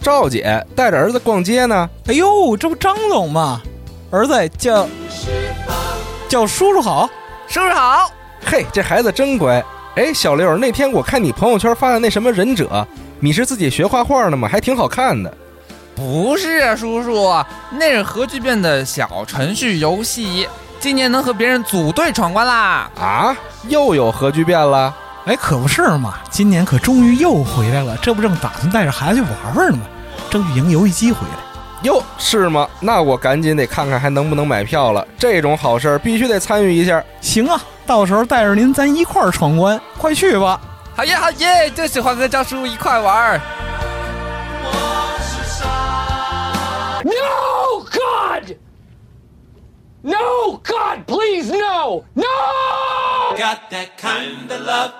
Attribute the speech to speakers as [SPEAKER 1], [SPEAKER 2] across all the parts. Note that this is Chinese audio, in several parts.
[SPEAKER 1] 赵姐带着儿子逛街呢，
[SPEAKER 2] 哎呦，这不张总吗？儿子叫叫叔叔好，
[SPEAKER 3] 叔叔好，
[SPEAKER 1] 嘿，这孩子真乖。哎，小刘，那天我看你朋友圈发的那什么忍者，你是自己学画画的吗？还挺好看的。
[SPEAKER 3] 不是啊，叔叔，那是核聚变的小程序游戏，今年能和别人组队闯关啦！
[SPEAKER 1] 啊，又有核聚变了。
[SPEAKER 2] 哎，可不是嘛，今年可终于又回来了，这不正打算带着孩子去玩玩呢吗？争取赢游戏机回来。
[SPEAKER 1] 哟，是吗？那我赶紧得看看还能不能买票了。这种好事儿必须得参与一下。
[SPEAKER 2] 行啊，到时候带着您咱一块儿闯关，快去吧！
[SPEAKER 3] 好耶好耶，就喜欢跟张叔叔一块玩儿。
[SPEAKER 4] No, God! No, God, please, no! No!
[SPEAKER 5] Got that kind of love.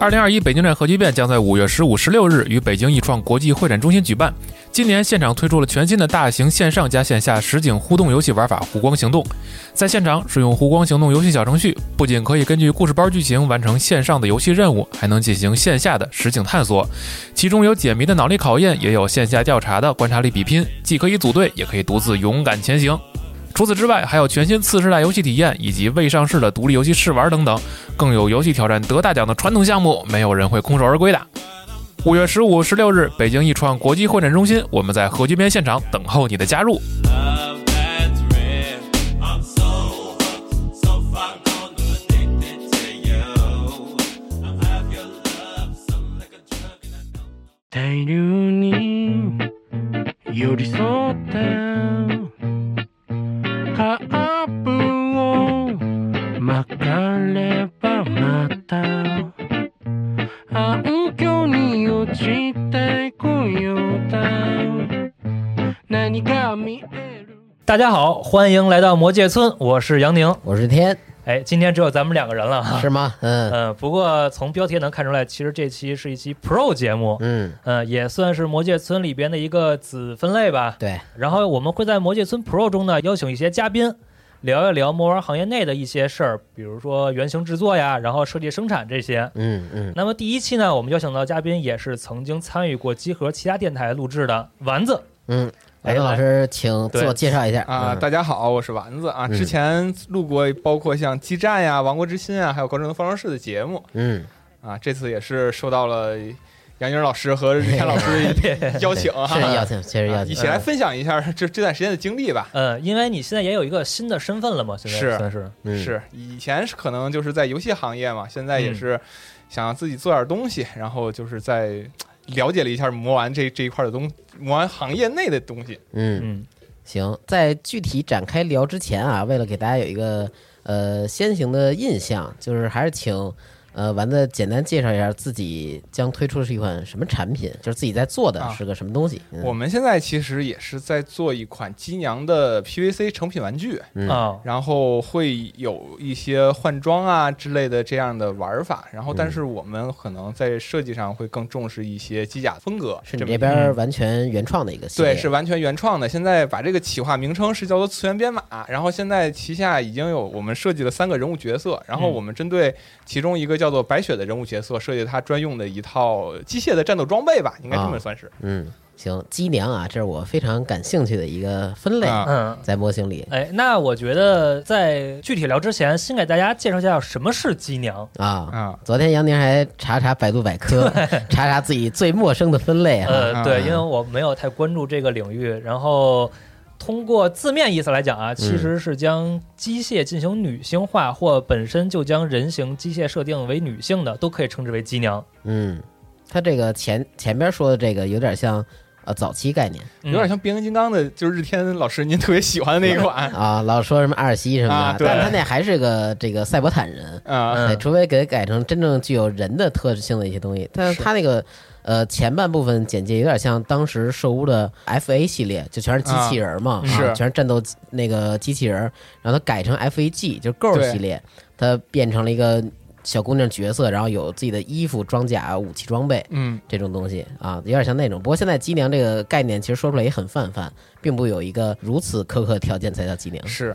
[SPEAKER 6] 二零二一北京站核聚变将在五月十五、十六日于北京易创国际会展中心举办。今年现场推出了全新的大型线上加线下实景互动游戏玩法“湖光行动”。在现场使用“湖光行动”游戏小程序，不仅可以根据故事包剧情完成线上的游戏任务，还能进行线下的实景探索。其中有解谜的脑力考验，也有线下调查的观察力比拼，既可以组队，也可以独自勇敢前行。除此之外，还有全新次世代游戏体验以及未上市的独立游戏试玩等等，更有游戏挑战得大奖的传统项目，没有人会空手而归的。五月十五、十六日，北京易创国际会展中心，我们在核聚变现场等候你的加入。
[SPEAKER 5] Love that's real. I'm so hooked, so far gone, I'm addicted to you. I have your love, some like a drug, and I don't.
[SPEAKER 7] 大量に寄り添ってカーブを曲がればまた暗渠に落ちてこようだ何が見える
[SPEAKER 8] 大家好，欢迎来到魔界村，我是杨宁。
[SPEAKER 9] 我是天，
[SPEAKER 8] 哎，今天只有咱们两个人了哈。
[SPEAKER 9] 是吗？嗯
[SPEAKER 8] 嗯，不过从标题也能看出来，其实这期是一期 Pro 节目，
[SPEAKER 9] 嗯，
[SPEAKER 8] 嗯，也算是魔界村里边的一个子分类吧。
[SPEAKER 9] 对，
[SPEAKER 8] 然后我们会在魔界村 Pro 中呢，邀请一些嘉宾，聊一聊魔玩行业内的一些事儿，比如说原型制作呀，然后设计生产这些。
[SPEAKER 9] 嗯嗯，
[SPEAKER 8] 那么第一期呢，我们邀请到嘉宾也是曾经参与过集合其他电台录制的丸子，
[SPEAKER 9] 嗯，哎，老师，请自我介绍一下
[SPEAKER 10] 啊，
[SPEAKER 9] 嗯
[SPEAKER 10] 大家好，我是丸子啊。
[SPEAKER 9] 嗯
[SPEAKER 10] 之前录过包括像《激战》呀、《王国之心》啊，还有《高智能方程式》的节目
[SPEAKER 9] 嗯，
[SPEAKER 10] 啊。这次也是受到了杨宁老师和 李天老师 邀请啊，
[SPEAKER 9] 是邀请，确实
[SPEAKER 10] 啊
[SPEAKER 9] 邀
[SPEAKER 10] 一
[SPEAKER 9] 请，
[SPEAKER 10] 起来分享一下这这段时间的经历吧。
[SPEAKER 8] 嗯，因为你现在也有一个新的身份了嘛，现在
[SPEAKER 10] 是
[SPEAKER 8] 算是，
[SPEAKER 9] 嗯，
[SPEAKER 10] 是以前是可能就是在游戏行业嘛，现在也
[SPEAKER 8] 嗯
[SPEAKER 10] 是想自己做点东西，然后就是在了解了一下魔丸这这一块的东魔丸行业内的东西。
[SPEAKER 9] 嗯，
[SPEAKER 8] 嗯
[SPEAKER 9] 行，在具体展开聊之前啊，为了给大家有一个呃先行的印象，就是还是请呃丸子简单介绍一下自己将推出的是一款什么产品，就是自己在做的
[SPEAKER 10] 啊
[SPEAKER 9] 是个什么东西。嗯
[SPEAKER 10] 我们现在其实也是在做一款机娘的 PVC 成品玩具。
[SPEAKER 9] 嗯
[SPEAKER 8] 啊，
[SPEAKER 10] 然后会有一些换装啊之类的这样的玩法，然后
[SPEAKER 9] 嗯
[SPEAKER 10] 但是我们可能在设计上会更重视一些机甲风格，
[SPEAKER 9] 是你
[SPEAKER 10] 么一
[SPEAKER 9] 这
[SPEAKER 10] 个
[SPEAKER 8] 嗯
[SPEAKER 9] 边完全原创的一个系列，
[SPEAKER 10] 对，是完全原创的。现在把这个企划名称是叫做次元编码，然后现在旗下已经有我们设计了三个人物角色，然后
[SPEAKER 8] 嗯
[SPEAKER 10] 我们针对其中一个叫做白雪的人物角色，设计他专用的一套机械的战斗装备吧，应该这么
[SPEAKER 9] 啊
[SPEAKER 10] 算是。
[SPEAKER 9] 嗯，行，机娘啊，这是我非常感兴趣的一个分类，
[SPEAKER 10] 啊
[SPEAKER 8] 嗯。
[SPEAKER 9] 在模型里
[SPEAKER 8] 哎，那我觉得在具体聊之前，先给大家介绍一下什么是机娘。
[SPEAKER 9] 啊。
[SPEAKER 10] 啊，
[SPEAKER 9] 昨天杨宁还查查百度百科，查查自己最陌生的分类哈。
[SPEAKER 8] 呃，
[SPEAKER 10] 啊
[SPEAKER 8] 对，因为我没有太关注这个领域，然后通过字面意思来讲啊，其
[SPEAKER 10] 嗯
[SPEAKER 8] 实是将机械进行女性化，或本身就将人形机械设定为女性的，都可以称之为机娘。
[SPEAKER 9] 嗯，他这个前前边说的这个有点像呃早期概念
[SPEAKER 8] 嗯
[SPEAKER 10] 有点像变形金刚的，就是日天老师您特别 喜欢的那一款
[SPEAKER 9] 啊，老说什么阿尔西什么的，
[SPEAKER 10] 啊对
[SPEAKER 9] 但他那还是个这个赛博坦人，
[SPEAKER 10] 啊。
[SPEAKER 9] 哎
[SPEAKER 8] 嗯
[SPEAKER 9] 除非给改成真正具有人的特质性的一些东西。但是他那个呃前半部分简介有点像当时兽屋的 F A 系列，就全是机器人嘛，
[SPEAKER 10] 嗯
[SPEAKER 9] 啊
[SPEAKER 10] 是
[SPEAKER 9] 全是战斗机那个机器人，然后他改成 F A G 就是 Girl
[SPEAKER 10] 对
[SPEAKER 9] 系列，他变成了一个小姑娘角色，然后有自己的衣服、装甲、武器装备。
[SPEAKER 10] 嗯，
[SPEAKER 9] 这种东西啊，有点像那种。不过现在机娘这个概念其实说出来也很泛泛，并不有一个如此苛刻条件才叫机娘。
[SPEAKER 10] 是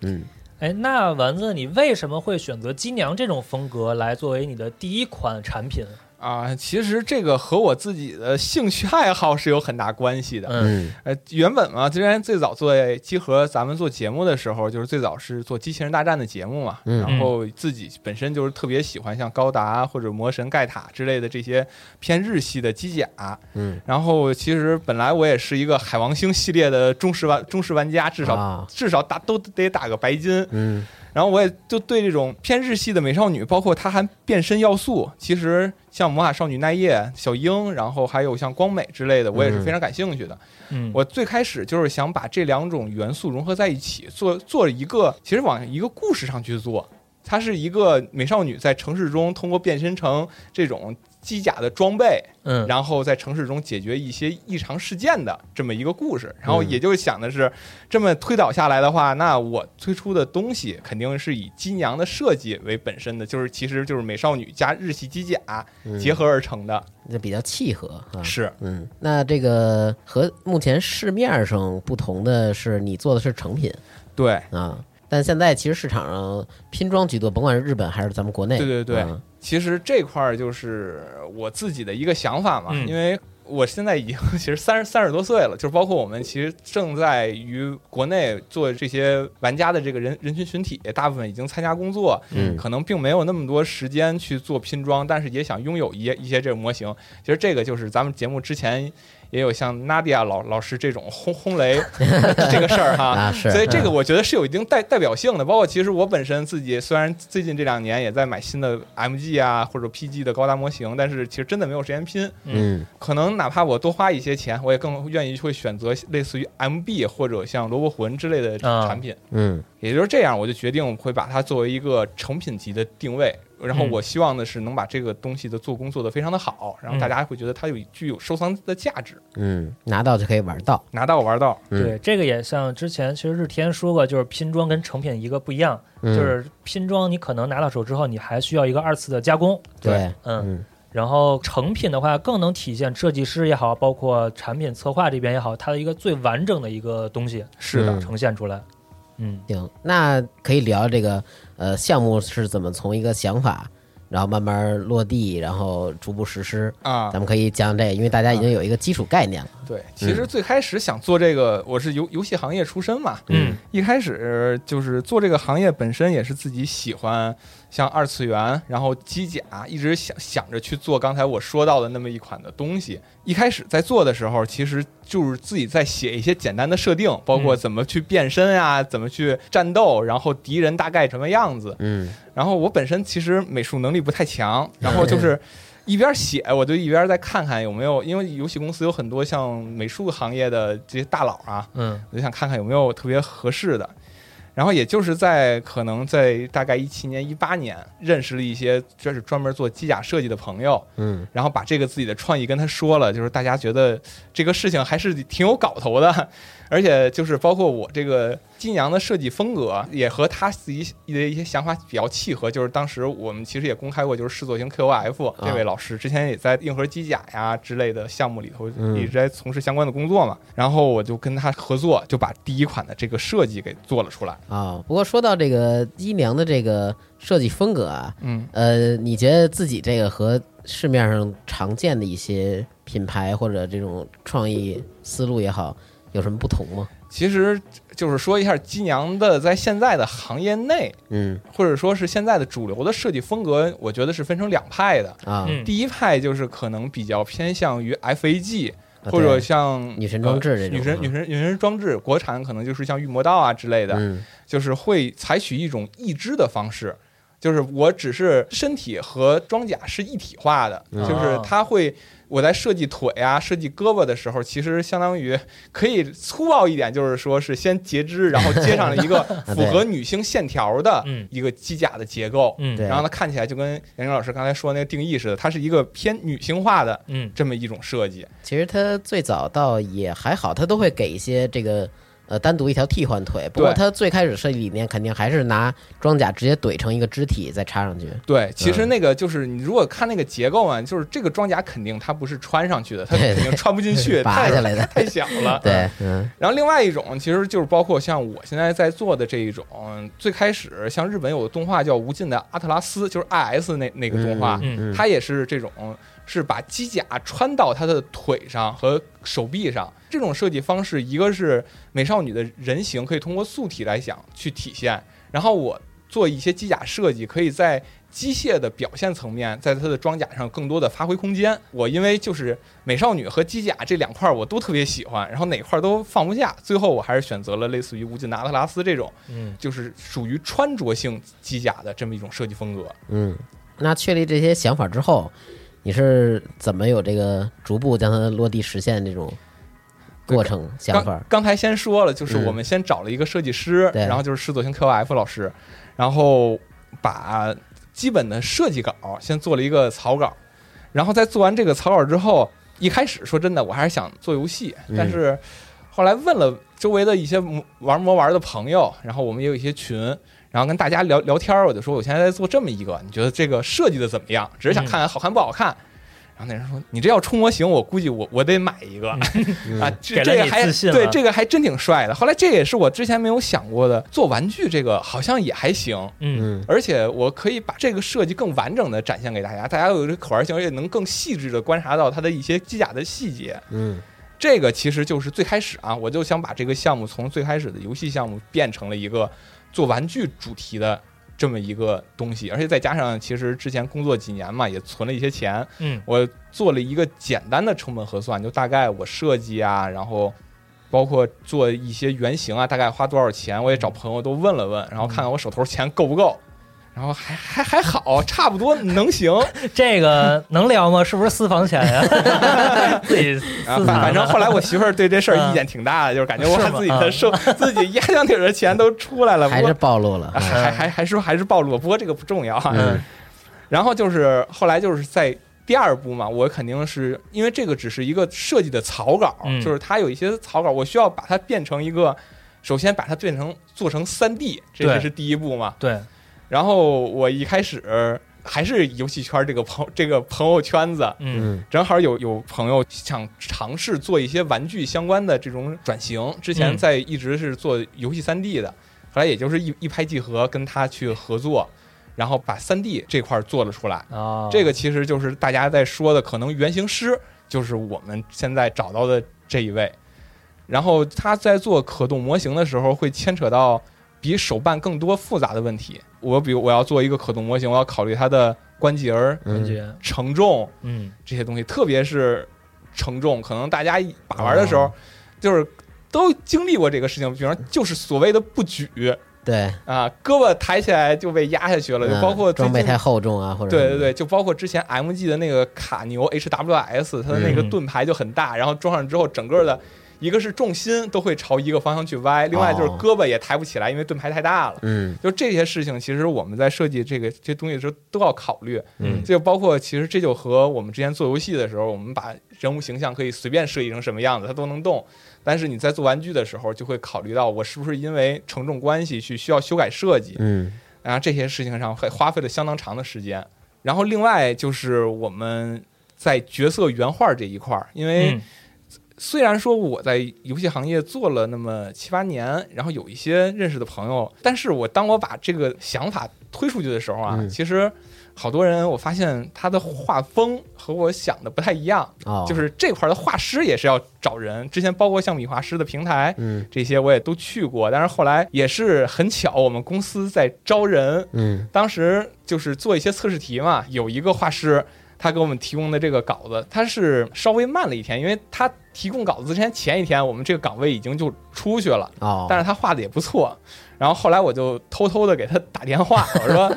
[SPEAKER 9] 嗯，
[SPEAKER 8] 哎，那丸子，你为什么会选择机娘这种风格来作为你的第一款产品？
[SPEAKER 10] 啊，其实这个和我自己的兴趣爱好是有很大关系的。
[SPEAKER 8] 嗯，
[SPEAKER 10] 呃，原本嘛，之前最早做集合咱们做节目的时候，就是最早是做机器人大战的节目嘛，
[SPEAKER 4] 嗯
[SPEAKER 10] 然后自己本身就是特别喜欢像高达或者魔神盖塔之类的这些偏日系的机甲，
[SPEAKER 4] 嗯，
[SPEAKER 10] 然后其实本来我也是一个海王星系列的忠实玩忠实玩家，至少、
[SPEAKER 4] 啊
[SPEAKER 10] 至少打都得打个白金，
[SPEAKER 4] 嗯
[SPEAKER 10] 然后我也就对这种偏日系的美少女，包括她还变身要素，其实像魔法少女奈叶、小樱，然后还有像光美之类的，我也是非常感兴趣的。
[SPEAKER 8] 嗯
[SPEAKER 10] 我最开始就是想把这两种元素融合在一起，做做一个，其实往一个故事上去做。它是一个美少女在城市中通过变身成这种机甲的装备，
[SPEAKER 8] 嗯
[SPEAKER 10] 然后在城市中解决一些异常事件的这么一个故
[SPEAKER 8] 嗯
[SPEAKER 10] 事。然后也就想的是，这么推导下来的话，那我推出的东西肯定是以金娘的设计为本身的，就是其实就是美少女加日系机甲
[SPEAKER 4] 嗯
[SPEAKER 10] 结合而成的。
[SPEAKER 4] 这比较契合啊。
[SPEAKER 10] 是
[SPEAKER 4] 嗯，那这个和目前市面上不同的是，你做的是成品
[SPEAKER 10] 对，
[SPEAKER 4] 啊，但现在其实市场上拼装居多，甭管是日本还是咱们国内。
[SPEAKER 10] 对对对
[SPEAKER 4] 啊
[SPEAKER 10] 其实这块儿就是我自己的一个想法嘛，
[SPEAKER 8] 嗯
[SPEAKER 10] 因为我现在已经其实三十三十多岁了，就是包括我们其实正在于国内做这些玩家的这个人人群群体，大部分已经参加工作，
[SPEAKER 4] 嗯
[SPEAKER 10] 可能并没有那么多时间去做拼装，但是也想拥有一一些这个模型。其实这个就是咱们节目之前也有像娜迪亚老老师这种轰轰雷这个事儿哈，
[SPEAKER 4] 啊是
[SPEAKER 10] 所以这个我觉得是有一定代代表性的。包括其实我本身自己虽然最近这两年也在买新的 MG 啊或者 PG 的高达模型，但是其实真的没有时间拼。
[SPEAKER 4] 嗯
[SPEAKER 10] 可能哪怕我多花一些钱，我也更愿意会选择类似于 MB 或者像萝卜魂之类的
[SPEAKER 8] 啊
[SPEAKER 10] 产品。
[SPEAKER 4] 嗯
[SPEAKER 10] 也就是这样，我就决定我会把它作为一个成品级的定位。然后
[SPEAKER 8] 嗯
[SPEAKER 10] 我希望的是能把这个东西的做工做得非常的好，然后大家会觉得它有具有收藏的价值，
[SPEAKER 4] 嗯，拿到就可以玩到。
[SPEAKER 10] 拿到玩到。
[SPEAKER 4] 嗯
[SPEAKER 8] 对，这个也像之前其实日天说过，就是拼装跟成品一个不一样，
[SPEAKER 4] 嗯
[SPEAKER 8] 就是拼装你可能拿到手之后，你还需要一个二次的加工，
[SPEAKER 4] 对，
[SPEAKER 8] 嗯，
[SPEAKER 4] 嗯
[SPEAKER 8] 然后成品的话更能体现设计师也好，包括产品策划这边也好，它的一个最完整的一个东西
[SPEAKER 10] 是的，
[SPEAKER 4] 嗯
[SPEAKER 8] 呈现出来。嗯，
[SPEAKER 4] 行，那可以聊这个呃项目是怎么从一个想法，然后慢慢落地，然后逐步实施。
[SPEAKER 10] 啊
[SPEAKER 4] 咱，们可以讲这个，因为大家已经有一个基础概念了。
[SPEAKER 10] 对。其实最开始想做这个，我是游游戏行业出身嘛，
[SPEAKER 8] 嗯，
[SPEAKER 10] 一开始就是做这个行业本身也是自己喜欢，像二次元，然后机甲，一直想想着去做刚才我说到的那么一款的东西。一开始在做的时候，其实就是自己在写一些简单的设定，包括怎么去变身啊，怎么去战斗，然后敌人大概什么样子。
[SPEAKER 4] 嗯
[SPEAKER 10] 然后我本身其实美术能力不太强，然后就是一边写，我就一边再看看有没有，因为游戏公司有很多像美术行业的这些大佬啊，
[SPEAKER 8] 嗯，
[SPEAKER 10] 我就想看看有没有特别合适的。然后也就是在可能在大概一七年、一八年认识了一些就是专门做机甲设计的朋友，
[SPEAKER 4] 嗯
[SPEAKER 10] 然后把这个自己的创意跟他说了，就是大家觉得这个事情还是挺有搞头的，而且就是包括我这个金阳的设计风格也和他自己的一些想法比较契合。就是当时我们其实也公开过，就是视作型 QOF 这位老师之前也在硬核机甲呀之类的项目里头
[SPEAKER 4] 嗯
[SPEAKER 10] 一直在从事相关的工作嘛，然后我就跟他合作，就把第一款的这个设计给做了出来。
[SPEAKER 4] 啊、不过说到这个一娘的这个设计风格啊，
[SPEAKER 10] 嗯，
[SPEAKER 4] 呃，你觉得自己这个和市面上常见的一些品牌或者这种创意思路也好，有什么不同吗？
[SPEAKER 10] 其实就是说一下金阳的在现在的行业内
[SPEAKER 4] 嗯
[SPEAKER 10] 或者说是现在的主流的设计风格，我觉得是分成两派的。
[SPEAKER 4] 啊，
[SPEAKER 8] 嗯
[SPEAKER 10] 第一派就是可能比较偏向于 FAG，
[SPEAKER 4] 啊
[SPEAKER 10] 或者
[SPEAKER 4] 对
[SPEAKER 10] 像
[SPEAKER 4] 女神装置这
[SPEAKER 10] 呃
[SPEAKER 4] 种
[SPEAKER 10] 女神
[SPEAKER 4] 啊
[SPEAKER 10] 女神女神装置，国产可能就是像御魔道啊之类的，
[SPEAKER 4] 嗯
[SPEAKER 10] 就是会采取一种义肢的方式。就是我只是身体和装甲是一体化的，
[SPEAKER 4] 嗯
[SPEAKER 10] 就是它会我在设计腿啊、设计胳膊的时候，其实相当于可以粗暴一点，就是说是先截肢，然后接上了 一个符
[SPEAKER 4] 啊对
[SPEAKER 10] 合女性线条的
[SPEAKER 8] 嗯
[SPEAKER 10] 一个机甲的结构，
[SPEAKER 8] 嗯
[SPEAKER 4] 对
[SPEAKER 10] 然后它看起来就跟杨老师刚才说那个定义似的，它是一个偏女性化的
[SPEAKER 8] 嗯
[SPEAKER 10] 这么一种设计。
[SPEAKER 4] 其实它最早倒也还好，它都会给一些这个呃单独一条替换腿。不过
[SPEAKER 10] 对
[SPEAKER 4] 它最开始设计理念肯定还是拿装甲直接怼成一个肢体再插上去。
[SPEAKER 10] 对，其实那个就是你如果看那个结构啊，就是这个装甲肯定它不是穿上去的，它肯定穿不进 去，
[SPEAKER 4] 拔
[SPEAKER 10] 太
[SPEAKER 4] 下来的
[SPEAKER 10] 太小了。
[SPEAKER 4] 对，嗯
[SPEAKER 10] 然后另外一种其实就是包括像我现在在做的这一种，最开始像日本有个动画叫《无尽的阿特拉斯》，就是 IS 那那个动画，
[SPEAKER 8] 嗯
[SPEAKER 4] 嗯
[SPEAKER 10] 它也是这种
[SPEAKER 4] 是把机甲穿到她的腿上和手臂上。这种设计方式，一个是美少女的人形可以通过素体来想去体现，然后我做一些机甲设计，可以在机械的表现层面，在它的装甲上更多的发挥空间。我因为就是美少女和机甲这两块儿我都特别喜欢，然后哪块儿都放不下，最后我还是选择了类似于无尽的阿特拉斯这种，
[SPEAKER 8] 嗯，
[SPEAKER 4] 就是属于穿着性机甲的这么一种设计风格。
[SPEAKER 9] 嗯，那确立这些想法之后，你是怎么有这个逐步将它落地实现这种过程想
[SPEAKER 4] 刚
[SPEAKER 9] 法？
[SPEAKER 4] 刚才先说了，就是
[SPEAKER 9] 嗯
[SPEAKER 4] 我们先找了一个设计师，
[SPEAKER 9] 对
[SPEAKER 4] 然后就是狮子星 QF 老师，然后把基本的设计稿先做了一个草稿，然后在做完这个草稿之后，一开始说真的，我还是想做游戏，
[SPEAKER 9] 嗯
[SPEAKER 4] 但是后来问了周围的一些魔玩魔玩的朋友，然后我们也有一些群，然后跟大家聊聊天儿，我就说我现在在做这么一个，你觉得这个设计的怎么样？只
[SPEAKER 8] 嗯
[SPEAKER 4] 是想看看好看不好看。然后那人说：“你这要出模型，我估计我我得买一个、啊，这
[SPEAKER 8] 嗯给了
[SPEAKER 4] 这个
[SPEAKER 8] 你
[SPEAKER 4] 还
[SPEAKER 8] 自信
[SPEAKER 4] 对
[SPEAKER 8] 了
[SPEAKER 4] 这个还真挺帅的。后来这也是我之前没有想过的，做玩具这个好像也还行，
[SPEAKER 8] 嗯
[SPEAKER 9] 嗯
[SPEAKER 4] 而且我可以把这个设计更完整的展现给大家，大家有这个可玩性，而且能更细致的观察到它的一些机甲的细节。
[SPEAKER 9] 嗯
[SPEAKER 4] 这个其实就是最开始啊，我就想把这个项目从最开始的游戏项目变成了一个做玩具主题的这么一个东西，而且再加上其实之前工作几年嘛，也存了一些钱，
[SPEAKER 8] 嗯，
[SPEAKER 4] 我做了一个简单的成本核算，就大概我设计啊，然后包括做一些原型啊，大概花多少钱，我也找朋友都问了问，然后看看我手头钱够不够。然后还还还好，差不多能行
[SPEAKER 8] 嗯这个能聊吗？是不是私房钱呀？ 自己
[SPEAKER 4] 啊，反
[SPEAKER 8] 私藏
[SPEAKER 4] 反正
[SPEAKER 8] 的。
[SPEAKER 4] 后来我媳妇儿对这事儿
[SPEAKER 8] 嗯
[SPEAKER 4] 意见挺大的，就是感觉我
[SPEAKER 8] 是吗嗯
[SPEAKER 4] 自己的收 自己压箱底儿的钱都出来了，不
[SPEAKER 9] 还
[SPEAKER 4] 过
[SPEAKER 9] 是暴露了
[SPEAKER 4] 啊。还还还是还是暴露了，不过这个不重要啊。
[SPEAKER 9] 嗯
[SPEAKER 4] 然后就是后来就是在第二步嘛，我肯定是因为这个只是一个设计的草稿，
[SPEAKER 8] 嗯
[SPEAKER 4] 就是它有一些草稿，我需要把它变成一个，首先把它变成做成三 D，这
[SPEAKER 8] 对
[SPEAKER 4] 这是第一步嘛。
[SPEAKER 8] 对，
[SPEAKER 4] 然后我一开始还是游戏圈这个朋这个朋友圈子，
[SPEAKER 8] 嗯
[SPEAKER 9] 嗯
[SPEAKER 4] 正好有有朋友想尝试做一些玩具相关的这种转型，之前
[SPEAKER 8] 嗯
[SPEAKER 4] 在一直是做游戏三 D 的，后来也就是一一拍即合，跟他去合作，然后把三 D 这块儿做了出来。
[SPEAKER 8] 啊，
[SPEAKER 4] 这个其实就是大家在说的，可能原型师就是我们现在找到的这一位。然后他在做可动模型的时候，会牵扯到比手办更多复杂的问题。我比如我要做一个可动模型，我要考虑它的关节儿、
[SPEAKER 8] 感
[SPEAKER 9] 嗯，
[SPEAKER 8] 觉
[SPEAKER 4] 承重、
[SPEAKER 8] 嗯
[SPEAKER 4] 这些东西，特别是承重，可能大家一把玩的时候，
[SPEAKER 9] 哦
[SPEAKER 4] 就是都经历过这个事情，比方就是所谓的不举
[SPEAKER 9] 对，
[SPEAKER 4] 啊，胳膊抬起来就被压下去了，就包括
[SPEAKER 9] 嗯
[SPEAKER 4] 最
[SPEAKER 9] 装备
[SPEAKER 4] 近
[SPEAKER 9] 太厚重啊，或者
[SPEAKER 4] 对对对，就包括之前 MG 的那个卡牛 HWS，它的那个
[SPEAKER 8] 嗯
[SPEAKER 4] 盾牌就很大，然后装上之后，整个的一个是重心都会朝一个方向去歪，另外就是
[SPEAKER 9] 哦
[SPEAKER 4] 胳膊也抬不起来，因为盾牌太大了。
[SPEAKER 9] 嗯
[SPEAKER 4] 就这些事情，其实我们在设计这个这东西的时候都要考虑。
[SPEAKER 9] 嗯
[SPEAKER 4] 这就包括其实这就和我们之前做游戏的时候，我们把人物形象可以随便设计成什么样子，它都能动。但是你在做玩具的时候，就会考虑到我是不是因为承重关系去需要修改设计，
[SPEAKER 9] 嗯
[SPEAKER 4] 然后这些事情上还花费了相当长的时间。然后另外就是我们在角色原画这一块儿，因为、
[SPEAKER 8] 嗯
[SPEAKER 4] 虽然说我在游戏行业做了那么七八年，然后有一些认识的朋友，但是我当我把这个想法推出去的时候啊，
[SPEAKER 9] 嗯
[SPEAKER 4] 其实好多人我发现他的画风和我想的不太一样，
[SPEAKER 9] 哦，
[SPEAKER 4] 就是这块儿的画师也是要找人。之前包括像米画师的平台
[SPEAKER 9] 嗯
[SPEAKER 4] 这些我也都去过，但是后来也是很巧，我们公司在招人，
[SPEAKER 9] 嗯
[SPEAKER 4] 当时就是做一些测试题嘛，有一个画师。他给我们提供的这个稿子，他是稍微慢了一天，因为他提供稿子之前前一天，我们这个岗位已经就出去了，
[SPEAKER 9] 哦，
[SPEAKER 4] 但是他画的也不错。然后后来我就偷偷的给他打电 话，我说：“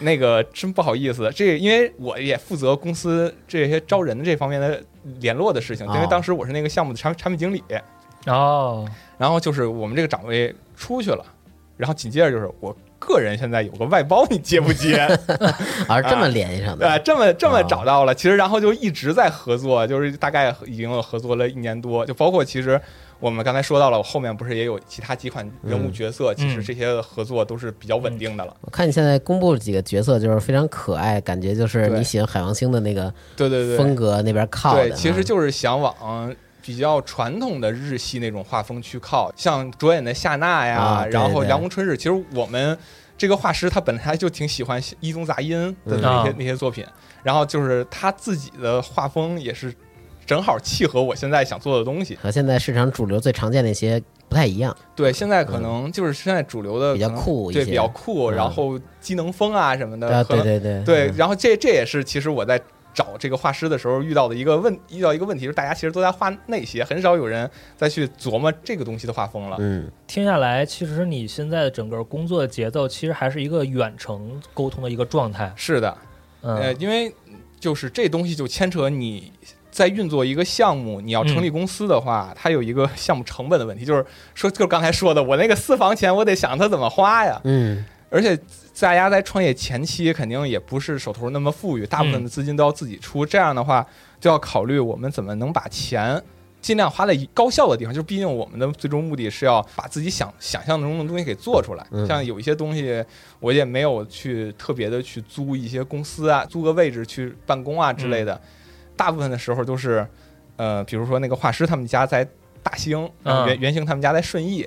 [SPEAKER 4] 那个真不好意思，这因为我也负责公司这些招人的这方面的联络的事情，因为
[SPEAKER 9] 哦
[SPEAKER 4] 当时我是那个项目的产产品经理。
[SPEAKER 8] 哦，
[SPEAKER 4] 然后就是我们这个掌柜出去了，然后紧接着就是我个人现在有个外包，你接不 接？”啊
[SPEAKER 9] 而啊这么联系上
[SPEAKER 4] 对，
[SPEAKER 9] 的，
[SPEAKER 4] 这么这么
[SPEAKER 9] 啊
[SPEAKER 4] 找到了，其实然后就一直在合作，就是大概已经有合作了一年多，就包括其实我们刚才说到了，我后面不是也有其他几款人
[SPEAKER 9] 嗯
[SPEAKER 4] 物角色，其实这些合作都是比较稳定的了。
[SPEAKER 9] 我看你现在公布了几个角色，就是非常可爱，感觉就是
[SPEAKER 4] 对
[SPEAKER 9] 你喜欢海王星的那个
[SPEAKER 4] 对对对
[SPEAKER 9] 风，格那边靠的啊。
[SPEAKER 4] 对，其实就是想往。比较传统的日系那种画风去靠，像主演的夏娜呀，
[SPEAKER 9] 啊对
[SPEAKER 4] 然后
[SPEAKER 9] 对
[SPEAKER 4] 梁红春日，其实我们这个画师他本来就挺喜欢一宗杂音的
[SPEAKER 9] 嗯
[SPEAKER 4] 那些、
[SPEAKER 8] 啊
[SPEAKER 4] 那些作品，然后就是他自己的画风也是正好契合我现在想做的东西。
[SPEAKER 9] 和现在市场主流最常见的一些不太一样。
[SPEAKER 4] 对，现在可能就是现在主流的
[SPEAKER 9] 嗯比较
[SPEAKER 4] 可能
[SPEAKER 9] 酷一
[SPEAKER 4] 对，
[SPEAKER 9] 些
[SPEAKER 4] 比较酷，
[SPEAKER 9] 嗯
[SPEAKER 4] 然后机能风啊什么的，
[SPEAKER 9] 啊，
[SPEAKER 4] 可
[SPEAKER 9] 对
[SPEAKER 4] 能
[SPEAKER 9] 对对
[SPEAKER 4] 对
[SPEAKER 9] 嗯，
[SPEAKER 4] 然后这这也是其实我在找这个画师的时候遇到的一个问，遇到一个问题，就是大家其实都在画那些，很少有人再去琢磨这个东西的画风了。
[SPEAKER 9] 嗯，
[SPEAKER 8] 听下来，其实你现在整个工作的节奏，其实还是一个远程沟通的一个状态。
[SPEAKER 4] 是的，呃，
[SPEAKER 8] 嗯，
[SPEAKER 4] 因为就是这东西就牵扯你在运作一个项目，你要成
[SPEAKER 9] 嗯
[SPEAKER 4] 立公司的话，它有一个项目成本的问题，就是说，就是刚才说的，我那个私房钱，我得想它怎么花呀。
[SPEAKER 9] 嗯，
[SPEAKER 4] 而且大家在创业前期肯定也不是手头那么富裕，大部
[SPEAKER 9] 嗯
[SPEAKER 4] 分的资金都要自己出。这样的话，就要考虑我们怎么能把钱尽量花在高效的地方。就是毕竟我们的最终目的是要把自己想想象中的东西给做出来。
[SPEAKER 9] 嗯
[SPEAKER 4] 像有一些东西，我也没有去特别的去租一些公司啊，租个位置去办公啊之类
[SPEAKER 9] 嗯
[SPEAKER 4] 的。大部分的时候都是，呃，比如说那个画师他们家在大兴，呃然后
[SPEAKER 8] 嗯
[SPEAKER 4] 原原型他们家在顺义，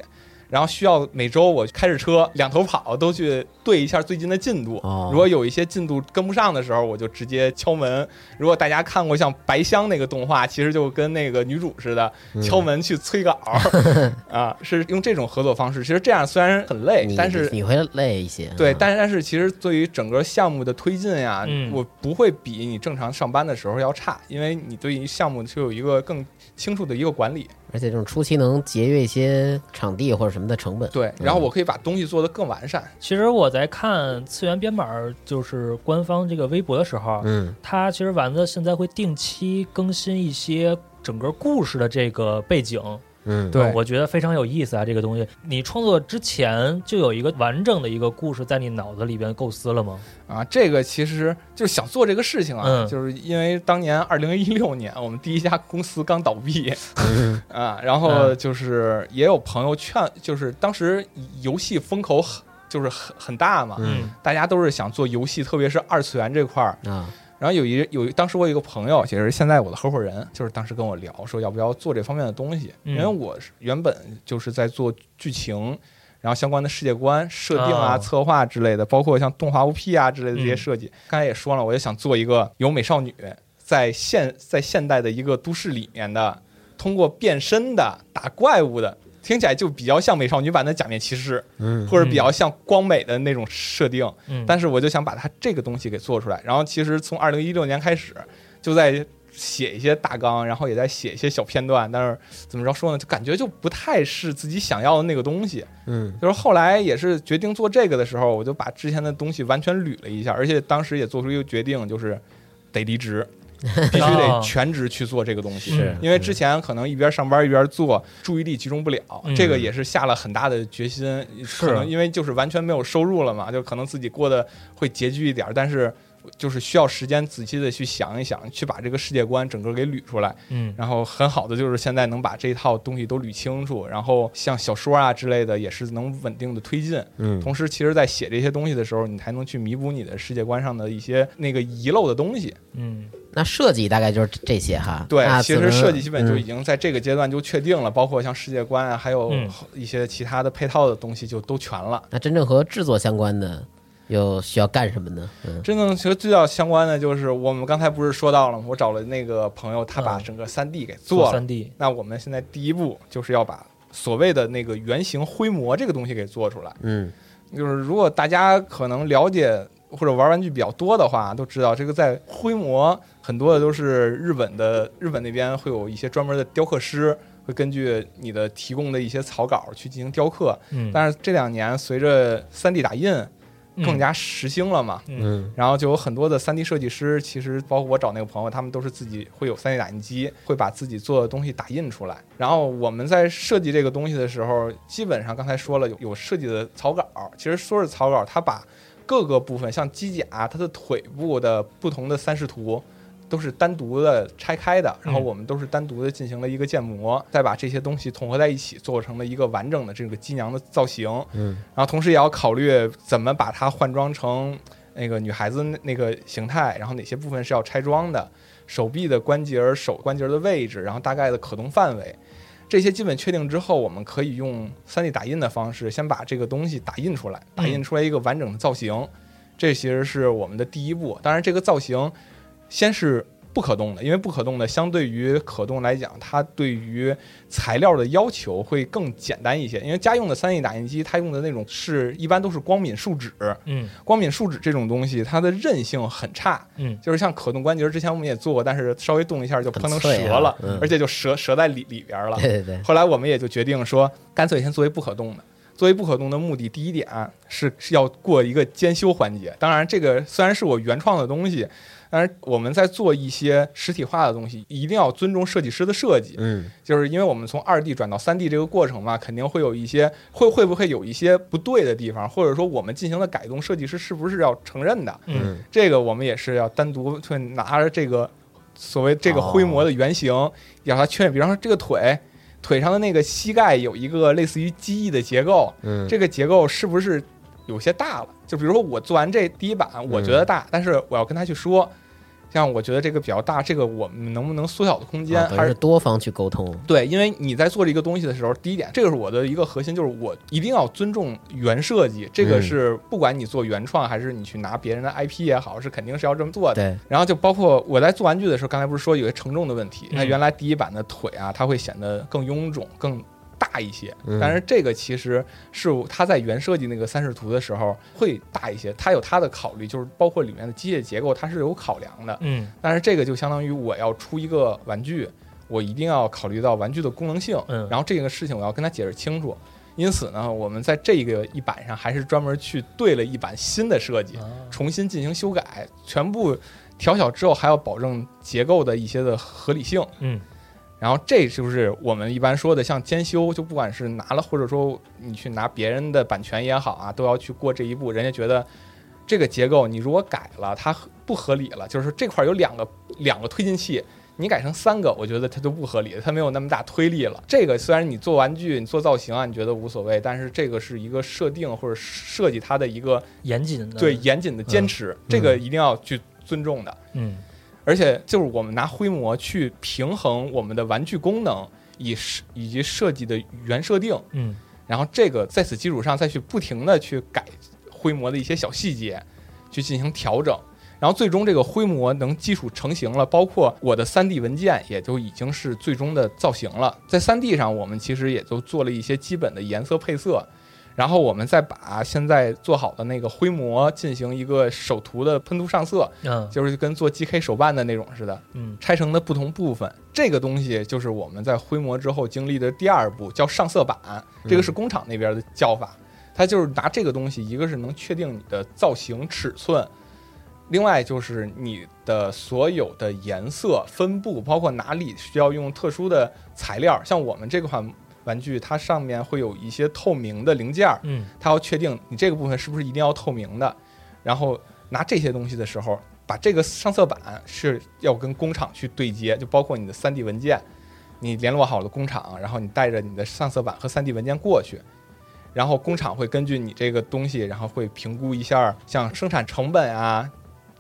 [SPEAKER 4] 然后需要每周我开着车两头跑，都去对一下最近的进度。
[SPEAKER 9] 哦
[SPEAKER 4] 如果有一些进度跟不上的时候，我就直接敲门。如果大家看过像《白香》那个动画，其实就跟那个女主似的，
[SPEAKER 9] 嗯
[SPEAKER 4] 敲门去催个 袄、啊，是用这种合作方式。其实这样虽然很累
[SPEAKER 9] 你，
[SPEAKER 4] 但是
[SPEAKER 9] 你会累一些。
[SPEAKER 4] 对，
[SPEAKER 9] 嗯
[SPEAKER 4] 但是但是其实对于整个项目的推进呀，
[SPEAKER 8] 嗯
[SPEAKER 4] 我不会比你正常上班的时候要差，因为你对于项目是有一个更清楚的一个管理。
[SPEAKER 9] 而且这种初期能节约一些场地或者什么的成本。
[SPEAKER 4] 对，然后我可以把东西做得更完善。
[SPEAKER 8] 其实我在看次元编码儿就是官方这个微博的时候，
[SPEAKER 9] 嗯，
[SPEAKER 8] 它其实丸子现在会定期更新一些整个故事的这个背景，
[SPEAKER 9] 嗯嗯，
[SPEAKER 4] 对
[SPEAKER 8] 我觉得非常有意思啊，这个东西。你创作之前就有一个完整的一个故事在你脑子里边构思了吗？
[SPEAKER 4] 啊，这个其实就是想做这个事情啊，
[SPEAKER 8] 嗯
[SPEAKER 4] 就是因为当年二零一六年我们第一家公司刚倒闭 啊，然后
[SPEAKER 8] 嗯
[SPEAKER 4] 就是也有朋友劝，就是当时游戏风口很就是很很大嘛，
[SPEAKER 9] 嗯
[SPEAKER 4] 大家都是想做游戏，特别是二次元这块儿。
[SPEAKER 9] 啊，
[SPEAKER 4] 然后有一有一当时我有一个朋友，也是现在我的合伙人，就是当时跟我聊说要不要做这方面的东西，
[SPEAKER 8] 嗯
[SPEAKER 4] 因为我是原本就是在做剧情，然后相关的世界观设定啊、
[SPEAKER 8] 哦
[SPEAKER 4] 策划之类的，包括像动画 OP 啊之类的这些
[SPEAKER 8] 嗯
[SPEAKER 4] 设计。刚才也说了，我也想做一个有美少女在现在现代的一个都市里面的，通过变身的打怪物的。听起来就比较像美少女版的假面骑士，
[SPEAKER 9] 嗯
[SPEAKER 4] 或者比较像光美的那种设定，
[SPEAKER 8] 嗯，
[SPEAKER 4] 但是我就想把它这个东西给做出来。然后其实从二零一六年开始，就在写一些大纲，然后也在写一些小片段，但是怎么着说呢，就感觉就不太是自己想要的那个东西。
[SPEAKER 9] 嗯
[SPEAKER 4] 就是后来也是决定做这个的时候，我就把之前的东西完全捋了一下，而且当时也做出一个决定，就是得离 职，必须得
[SPEAKER 8] 哦
[SPEAKER 4] 全职去做这个东西。
[SPEAKER 8] 是
[SPEAKER 4] 因为之前可能一边上班一边做，注意力集中不了，
[SPEAKER 8] 嗯
[SPEAKER 4] 这个也是下了很大的决心。
[SPEAKER 8] 是
[SPEAKER 4] 可能因为就是完全没有收入了嘛，就可能自己过得会拮据一点，但是就是需要时间仔细的去想一想，去把这个世界观整个给捋出来。
[SPEAKER 8] 嗯
[SPEAKER 4] 然后很好的就是现在能把这一套东西都捋清楚，然后像小说啊之类的也是能稳定的推进。
[SPEAKER 9] 嗯
[SPEAKER 4] 同时，其实，在写这些东西的时候，你才能去弥补你的世界观上的一些那个遗漏的东西。
[SPEAKER 8] 嗯
[SPEAKER 9] 那设计大概就是这些哈。
[SPEAKER 4] 对
[SPEAKER 9] 那，
[SPEAKER 4] 其
[SPEAKER 9] 啊怎
[SPEAKER 4] 实
[SPEAKER 9] 么
[SPEAKER 4] 设计基本就已
[SPEAKER 9] 嗯
[SPEAKER 4] 经在这个阶段就确定了，包括像世界观啊，还有
[SPEAKER 8] 嗯
[SPEAKER 4] 一些其他的配套的东西就都全了。
[SPEAKER 9] 那真正和制作相关的，又需要干什么呢？嗯
[SPEAKER 4] 真正其实最要相关的就是我们刚才不是说到了吗？我找了那个朋友，他把
[SPEAKER 8] 嗯
[SPEAKER 4] 整个三 D 给做了。
[SPEAKER 8] 三 D，
[SPEAKER 4] 那我们现在第一步就是要把所谓的那个原型灰模这个东西给做出来。
[SPEAKER 9] 嗯
[SPEAKER 4] 就是如果大家可能了解或者玩玩具比较多的话，都知道这个在灰模很多的都是日本的，日本那边会有一些专门的雕刻师，会根据你的提供的一些草稿去进行雕刻。
[SPEAKER 8] 嗯，
[SPEAKER 4] 但是这两年随着 3D 打印
[SPEAKER 8] 嗯
[SPEAKER 4] 更加时兴了嘛，
[SPEAKER 9] 嗯
[SPEAKER 4] 然后就有很多的 3D 设计师，其实包括我找那个朋友，他们都是自己会有 3D 打印机，会把自己做的东西打印出来。然后我们在设计这个东西的时候，基本上刚才说了有有设计的草稿，其实说是草稿，它把各个部分，像机甲、它的腿部的不同的三视图。都是单独的拆开的，然后我们都是单独的进行了一个建模，再把这些东西统合在一起，做成了一个完整的这个机娘的造型。
[SPEAKER 9] 嗯，
[SPEAKER 4] 然后同时也要考虑怎么把它换装成那个女孩子那那个形态，然后哪些部分是要拆装的，手臂的关节儿、手关节儿的位置，然后大概的可动范围。这些基本确定之后，我们可以用 3D 打印的方式，先把这个东西打印出来，打印出来一个完整的造型。这其实是我们的第一步。当然，这个造型先是不可动的，因为不可动的相对于可动来讲，它对于材料的要求会更简单一些。因为家用的 3D 打印机，它用的那种是一般都是光敏树脂，
[SPEAKER 8] 嗯，
[SPEAKER 4] 光敏树脂这种东西，它的韧性很差，
[SPEAKER 8] 嗯
[SPEAKER 4] 就是像可动关节，之前我们也做过，但是稍微动一下就
[SPEAKER 9] 很
[SPEAKER 4] 砰能
[SPEAKER 9] 脆啊
[SPEAKER 4] 折了，
[SPEAKER 9] 嗯
[SPEAKER 4] 而且就折折在里里边 了。
[SPEAKER 9] 对对对，
[SPEAKER 4] 后来我们也就决定说，干脆先作为不可动的。作为不可动的目的，第一点啊是是要过一个监修环节。当然，这个虽然是我原创的东西，但是我们在做一些实体化的东西，一定要尊重设计师的设计。
[SPEAKER 9] 嗯，
[SPEAKER 4] 就是因为我们从二 D 转到三 D 这个过程嘛，肯定会有一些会会不会有一些不对的地方，或者说我们进行的改动，设计师是不是要承认的？
[SPEAKER 8] 嗯，
[SPEAKER 4] 这个我们也是要单独去拿着这个所谓这个
[SPEAKER 9] 哦
[SPEAKER 4] 灰模的原型，要它确认，比方说这个腿。腿上的那个膝盖有一个类似于机翼的结构，
[SPEAKER 9] 嗯
[SPEAKER 4] 这个结构是不是有些大了？就比如说我做完这第一版，
[SPEAKER 9] 嗯
[SPEAKER 4] 我觉得大，但是我要跟他去说，像我觉得这个比较大，这个我们能不能缩小的空间，
[SPEAKER 9] 啊等于
[SPEAKER 4] 还
[SPEAKER 9] 是
[SPEAKER 4] 是
[SPEAKER 9] 多方去沟通，
[SPEAKER 4] 对，因为你在做这个东西的时候，第一点，这个是我的一个核心，就是我一定要尊重原设计，这个
[SPEAKER 9] 嗯
[SPEAKER 4] 是不管你做原创还是你去拿别人的 IP 也好，是肯定是要这么做的。
[SPEAKER 9] 对，
[SPEAKER 4] 然后就包括我在做玩具的时候，刚才不是说有些承重的问题，
[SPEAKER 8] 嗯
[SPEAKER 4] 那原来第一版的腿啊，它会显得更臃肿、更大一些
[SPEAKER 9] 嗯，
[SPEAKER 4] 但是这个其实是它在原设计那个三视图的时候会大一些，它有它的考虑，就是包括里面的机械结构，它是有考量的。
[SPEAKER 8] 嗯
[SPEAKER 4] 但是这个就相当于我要出一个玩具，我一定要考虑到玩具的功能性，
[SPEAKER 8] 嗯
[SPEAKER 4] 然后这个事情我要跟他解释清楚。因此呢，我们在这个一版上还是专门去对了一版新的设
[SPEAKER 8] 啊
[SPEAKER 4] 计，重新进行修改，全部调小之后还要保证结构的一些的合理性。
[SPEAKER 8] 嗯，
[SPEAKER 4] 然后这就是我们一般说的像监修，就不管是拿了或者说你去拿别人的版权也好啊，都要去过这一步。人家觉得这个结构你如果改了，它合不合理了，就是这块有两个两个推进器。你改成三个，我觉得它就不合理，它没有那么大推力了。这个虽然你做玩具、你做造型啊，你觉得无所谓，但是这个是一个设定或者设计它的一个
[SPEAKER 8] 严谨的，
[SPEAKER 4] 对，严谨的坚持，这个一定要去尊重的。
[SPEAKER 8] 嗯
[SPEAKER 4] 而且就是我们拿灰模去平衡我们的玩具功能，以是以及设计的原设定，
[SPEAKER 8] 嗯
[SPEAKER 4] 然后这个在此基础上再去不停的去改灰模的一些小细节，去进行调整。然后最终这个灰模能基础成型了，包括我的 3D 文件也就已经是最终的造型了。在 3D 上，我们其实也就做了一些基本的颜色配色，然后我们再把现在做好的那个灰模进行一个手涂的喷涂上色，
[SPEAKER 8] 嗯
[SPEAKER 4] 就是跟做 GK 手办的那种似的，
[SPEAKER 8] 嗯
[SPEAKER 4] 拆成的不同部分。这个东西就是我们在灰模之后经历的第二步，叫上色板，
[SPEAKER 8] 嗯
[SPEAKER 4] 这个是工厂那边的叫法。它就是拿这个东西，一个是能确定你的造型尺寸，另外就是你的所有的颜色分布，包括哪里需要用特殊的材料。像我们这款玩具，它上面会有一些透明的零件儿，
[SPEAKER 8] 嗯
[SPEAKER 4] 它要确定你这个部分是不是一定要透明的，然后拿这些东西的时候，把这个上色板是要跟工厂去对接，就包括你的 3D 文件，你联络好了工厂，然后你带着你的上色板和 3D 文件过去，然后工厂会根据你这个东西，然后会评估一下像生产成本啊，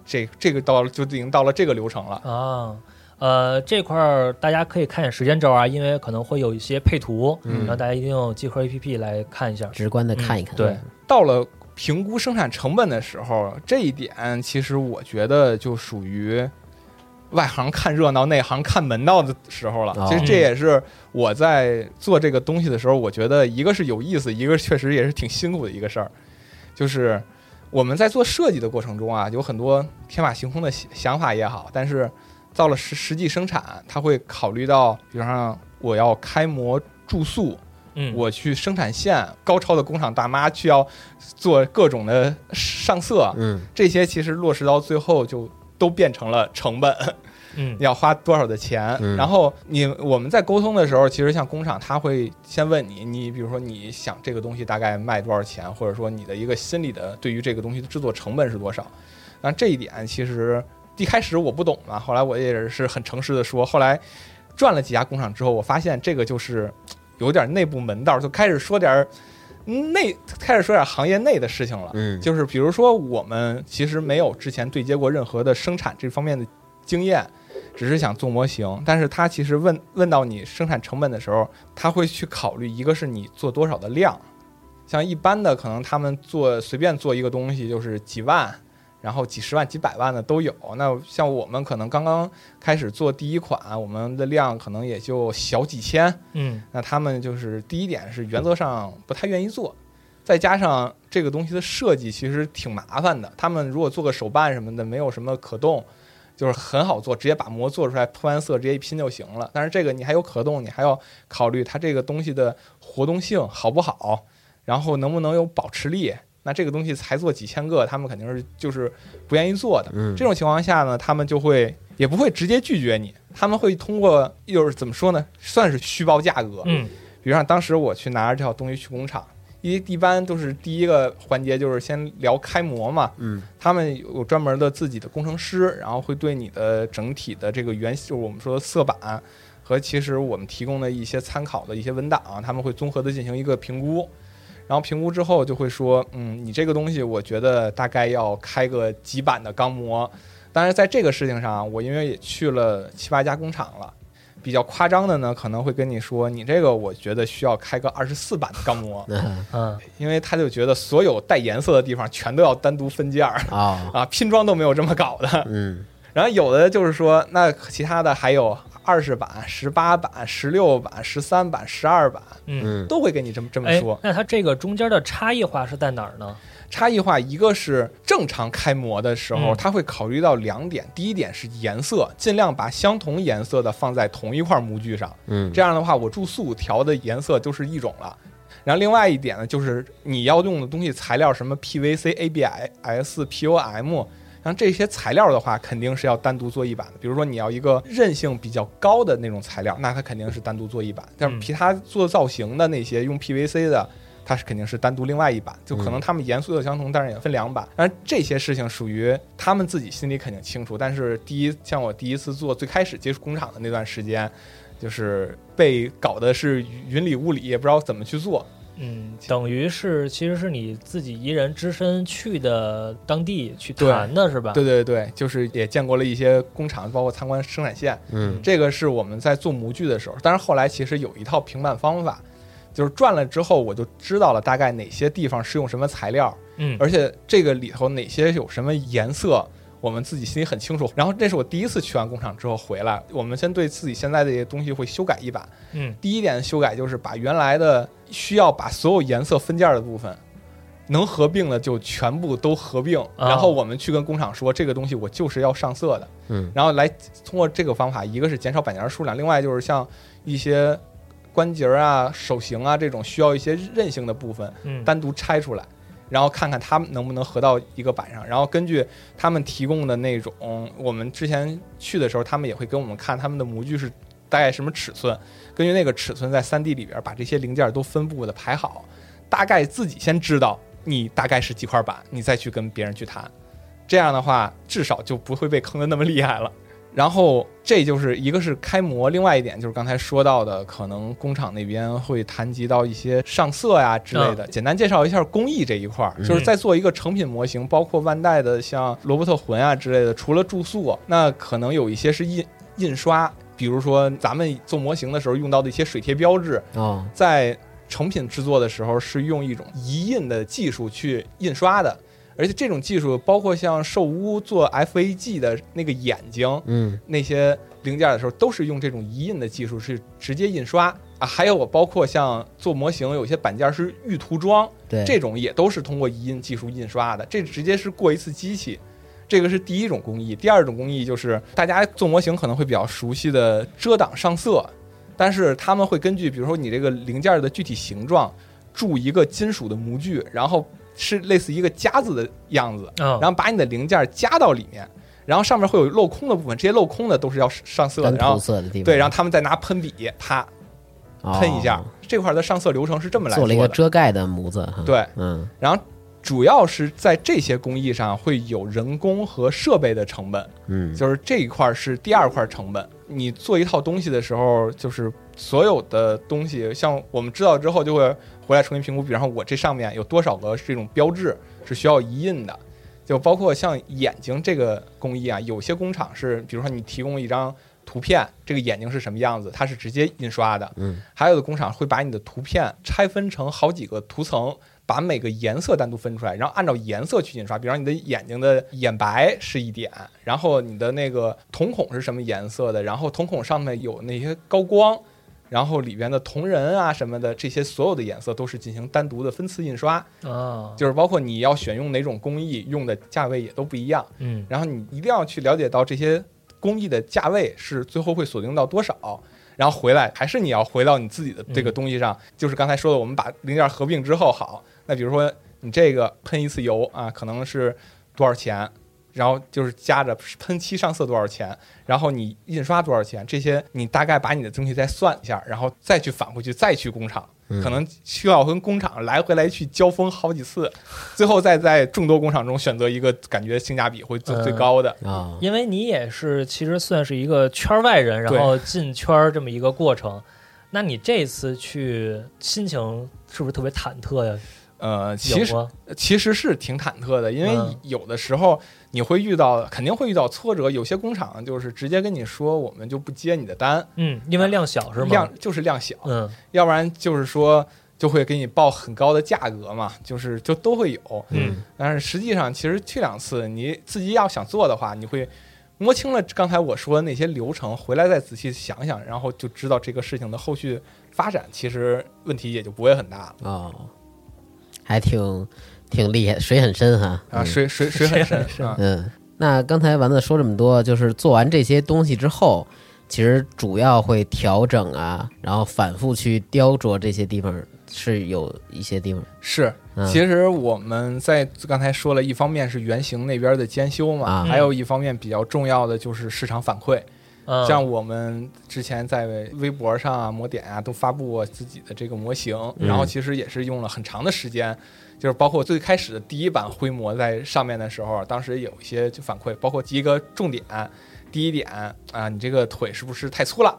[SPEAKER 4] 这这个到了就已经到了这个流程了。
[SPEAKER 8] 啊。呃，这块儿大家可以看一眼时间轴啊，因为可能会有一些配图，
[SPEAKER 9] 嗯
[SPEAKER 8] 然后大家一定用集合 APP 来看一下。
[SPEAKER 9] 直观的看一看，
[SPEAKER 8] 嗯对，
[SPEAKER 4] 到了评估生产成本的时候，这一点其实我觉得就属于外行看热闹，内行看门道的时候了
[SPEAKER 9] 哦。
[SPEAKER 4] 其实这也是我在做这个东西的时候，我觉得一个是有意思，一个确实也是挺辛苦的一个事儿，就是。我们在做设计的过程中啊，有很多天马行空的想想法也好，但是到了实实际生产，它会考虑到，比方说我 要开模注塑，
[SPEAKER 8] 嗯，
[SPEAKER 4] 我去生产线，高超的工厂大妈去要做各种的上色，
[SPEAKER 9] 嗯
[SPEAKER 4] 这些其实落实到最后就都变成了成本，
[SPEAKER 8] 嗯
[SPEAKER 4] 你要花多少的钱。
[SPEAKER 9] 嗯
[SPEAKER 4] 然后你我们在沟通的时候，其实像工厂他会先问你，你比如说你想这个东西大概卖多少钱，或者说你的一个心理的对于这个东西的制作成本是多少。那这一点其实一开始我不懂嘛，后来我也是很诚实的说，后来转了几家工厂之后，我发现这个就是有点内部门道，就开始说点儿内，开始说点儿行业内的事情了。
[SPEAKER 9] 嗯，
[SPEAKER 4] 就是比如说，我们其实没有之前对接过任何的生产这方面的经验，只是想做模型，但是它其实问问到你生产成本的时候，他会去考虑一个是你做多少的量，像一般的可能他们做随便做一个东西就是几万，然后几十万、几百万的都有。那像我们可能刚刚开始做第一款，我们的量可能也就小几千。
[SPEAKER 8] 嗯
[SPEAKER 4] 那他们就是第一点是原则上不太愿意做，再加上这个东西的设计其实挺麻烦的。他们如果做个手办什么的，没有什么可动，就是很好做，直接把模做出来，喷完色直接一拼就行了。但是这个你还有可动，你还要考虑它这个东西的活动性好不好，然后能不能有保持力。那这个东西才做几千个，他们肯定是就是不愿意做的。
[SPEAKER 9] 嗯
[SPEAKER 4] 这种情况下呢，他们就会也不会直接拒绝你，他们会通过又是怎么说呢，算是虚报价格。
[SPEAKER 8] 嗯
[SPEAKER 4] 比如像当时我去拿着这套东西去工厂，一一般都是第一个环节就是先聊开模嘛，
[SPEAKER 9] 嗯，，
[SPEAKER 4] 他们有专门的自己的工程师，然后会对你的整体的这个原，就是我们说的色板和其实我们提供的一些参考的一些文档，他们会综合的进行一个评估。然后评估之后就会说，嗯，你这个东西我觉得大概要开个几版的钢模。当然，在这个事情上，我因为也去了七八家工厂了，比较夸张的呢，可能会跟你说，你这个我觉得需要开个二十四版的钢模
[SPEAKER 9] 嗯
[SPEAKER 8] 嗯
[SPEAKER 4] 因为他就觉得所有带颜色的地方全都要单独分件儿
[SPEAKER 9] 哦，
[SPEAKER 4] 啊，拼装都没有这么搞的。
[SPEAKER 9] 嗯
[SPEAKER 4] 然后有的就是说，那其他的还有二十版、十八版、十六版、十三版、十二版，
[SPEAKER 8] 嗯，
[SPEAKER 9] 嗯
[SPEAKER 4] 都会跟你这么这么
[SPEAKER 8] 哎
[SPEAKER 4] 说。，
[SPEAKER 8] 那它这个中间的差异化是在哪儿呢？
[SPEAKER 4] 差异化，一个是正常开模的时候，
[SPEAKER 8] 嗯
[SPEAKER 4] 它会考虑到两点，第一点是颜色，尽量把相同颜色的放在同一块模具上，
[SPEAKER 9] 嗯
[SPEAKER 4] 这样的话我注塑调的颜色就是一种了。然后另外一点呢，就是你要用的东西材料，什么 PVC、ABS、POM，然后这些材料的话，肯定是要单独做一版的。比如说你要一个韧性比较高的那种材料，那它肯定是单独做一版。但是
[SPEAKER 8] 嗯
[SPEAKER 4] 其他做造型的那些用 PVC 的，它是肯定是单独另外一版。就可能他们严肃的相同，但是也分两版。然后这些事情属于他们自己心里肯定清楚，但是第一，像我第一次做最开始接触工厂的那段时间，就是被搞的是云里雾里，也不知道怎么去做。
[SPEAKER 8] 嗯，等于是其实是你自己一人只身去的当地去谈的是吧？
[SPEAKER 4] 对对对，就是也见过了一些工厂，包括参观生产线。
[SPEAKER 9] 嗯
[SPEAKER 4] 这个是我们在做模具的时候，但是后来其实有一套评判方法，就是转了之后我就知道了大概哪些地方是用什么材料，
[SPEAKER 8] 嗯
[SPEAKER 4] 而且这个里头哪些有什么颜色，我们自己心里很清楚。然后这是我第一次去完工厂之后回来，我们先对自己现在的这些东西会修改一版。
[SPEAKER 8] 嗯
[SPEAKER 4] 第一点修改就是把原来的需要把所有颜色分件的部分。能合并的就全部都合并，
[SPEAKER 8] 啊
[SPEAKER 4] 然后我们去跟工厂说这个东西我就是要上色的，
[SPEAKER 9] 嗯
[SPEAKER 4] 然后来通过这个方法，一个是减少板件数量，另外就是像一些关节啊、手型啊这种需要一些韧性的部分，
[SPEAKER 8] 嗯，
[SPEAKER 4] 单独拆出来，然后看看它们能不能合到一个板上，然后根据他们提供的那种，我们之前去的时候，他们也会给我们看他们的模具是大概什么尺寸，根据那个尺寸在三 D 里边把这些零件都分布的排好，大概自己先知道你大概是几块板，你再去跟别人去谈，这样的话至少就不会被坑的那么厉害了。然后这就是一个是开模，另外一点就是刚才说到的，可能工厂那边会谈及到一些上色呀之类的。简单介绍一下工艺这一块儿，
[SPEAKER 9] 嗯
[SPEAKER 4] 就是在做一个成品模型，包括万代的像罗伯特魂啊之类的，除了注塑，那可能有一些是印印刷，比如说咱们做模型的时候用到的一些水贴标志，
[SPEAKER 9] 哦
[SPEAKER 4] 在成品制作的时候是用一种移印的技术去印刷的，而且这种技术包括像寿屋做 FAG 的那个眼睛
[SPEAKER 9] 嗯
[SPEAKER 4] 那些零件的时候，都是用这种移印的技术去直接印刷啊。还有我包括像做模型，有些板件是预涂装，
[SPEAKER 9] 对
[SPEAKER 4] 这种也都是通过移印技术印刷的，这直接是过一次机器。这个是第一种工艺，第二种工艺就是大家做模型可能会比较熟悉的遮挡上色，但是他们会根据比如说你这个零件的具体形状，铸一个金属的模具，然后是类似一个夹子的样子，
[SPEAKER 8] 嗯，
[SPEAKER 4] 然后把你的零件夹到里面，然后上面会有镂空的部分，这些镂空的都是要上色
[SPEAKER 9] 单
[SPEAKER 4] 的，然
[SPEAKER 9] 涂
[SPEAKER 4] 后
[SPEAKER 9] 色的地方
[SPEAKER 4] 对，然后他们再拿喷笔啪
[SPEAKER 9] 后
[SPEAKER 4] 喷一下，这块的上色流程是这么来
[SPEAKER 9] 做了一个
[SPEAKER 4] 的。
[SPEAKER 9] 遮盖的模子哈，
[SPEAKER 4] 对，
[SPEAKER 9] 嗯
[SPEAKER 4] 然后主要是在这些工艺上会有人工和设备的成本，
[SPEAKER 9] 嗯
[SPEAKER 4] 就是这一块是第二块成本。你做一套东西的时候，就是所有的东西，像我们知道之后就会回来重新评估，比方说我这上面有多少个这种标志是需要一印的，就包括像眼睛这个工艺啊，有些工厂是，比如说你提供一张图片，这个眼睛是什么样子，它是直接印刷的。
[SPEAKER 9] 嗯，
[SPEAKER 4] 还有的工厂会把你的图片拆分成好几个图层，把每个颜色单独分出来，然后按照颜色去印刷。比方你的眼睛的眼白是一点，然后你的那个瞳孔是什么颜色的，然后瞳孔上面有那些高光，然后里边的瞳仁啊什么的，这些所有的颜色都是进行单独的分次印刷，
[SPEAKER 8] 啊，
[SPEAKER 4] 就是包括你要选用哪种工艺，用的价位也都不一样。
[SPEAKER 8] 嗯
[SPEAKER 4] 然后你一定要去了解到这些工艺的价位是最后会锁定到多少，然后回来还是你要回到你自己的这个东西上，就是刚才说的，我们把零件合并之后好，那比如说你这个喷一次油啊，可能是多少钱？然后就是加着喷漆上色多少钱，然后你印刷多少钱，这些你大概把你的东西再算一下，然后再去返回去，再去工厂，可能需要跟工厂来回来去交锋好几次，最后再在众多工厂中选择一个感觉性价比会最最高的。
[SPEAKER 9] 啊，
[SPEAKER 8] 因为你也是其实算是一个圈外人，然
[SPEAKER 4] 对
[SPEAKER 8] 后进圈儿这么一个过程。那你这次去心情是不是特别忐忑呀？
[SPEAKER 4] 呃，其
[SPEAKER 8] 有
[SPEAKER 4] 实
[SPEAKER 8] 吗？
[SPEAKER 4] 其实是挺忐忑的，因为
[SPEAKER 8] 嗯
[SPEAKER 4] 有的时候你会遇到，肯定会遇到挫折。有些工厂就是直接跟你说，我们就不接你的单，
[SPEAKER 8] 嗯，因为量小是吗？
[SPEAKER 4] 量就是量小，
[SPEAKER 8] 嗯
[SPEAKER 4] 要不然就是说就会给你报很高的价格嘛，就是就都会有。
[SPEAKER 8] 嗯
[SPEAKER 4] 但是实际上，其实去两次，你自己要想做的话，你会摸清了刚才我说的那些流程，回来再仔细想想，然后就知道这个事情的后续发展，其实问题也就不会很大了
[SPEAKER 9] 哦，还挺挺厉害，水很深哈。
[SPEAKER 4] 啊。水水水很深啊，
[SPEAKER 9] 嗯，那刚才丸子说这么多，就是做完这些东西之后，其实主要会调整啊，然后反复去雕琢这些地方，是有一些地方
[SPEAKER 4] 是。
[SPEAKER 9] 嗯
[SPEAKER 4] 其实我们在刚才说了一方面是原型那边的监修嘛，
[SPEAKER 9] 啊
[SPEAKER 4] 还有一方面比较重要的就是市场反馈。
[SPEAKER 8] 嗯，
[SPEAKER 4] 像我们之前在微博上啊、魔点啊都发布过自己的这个模型，
[SPEAKER 9] 嗯
[SPEAKER 4] 然后其实也是用了很长的时间，就是包括最开始的第一版灰模在上面的时候，当时有一些就反馈，包括几个重点，第一点啊，你这个腿是不是太粗了？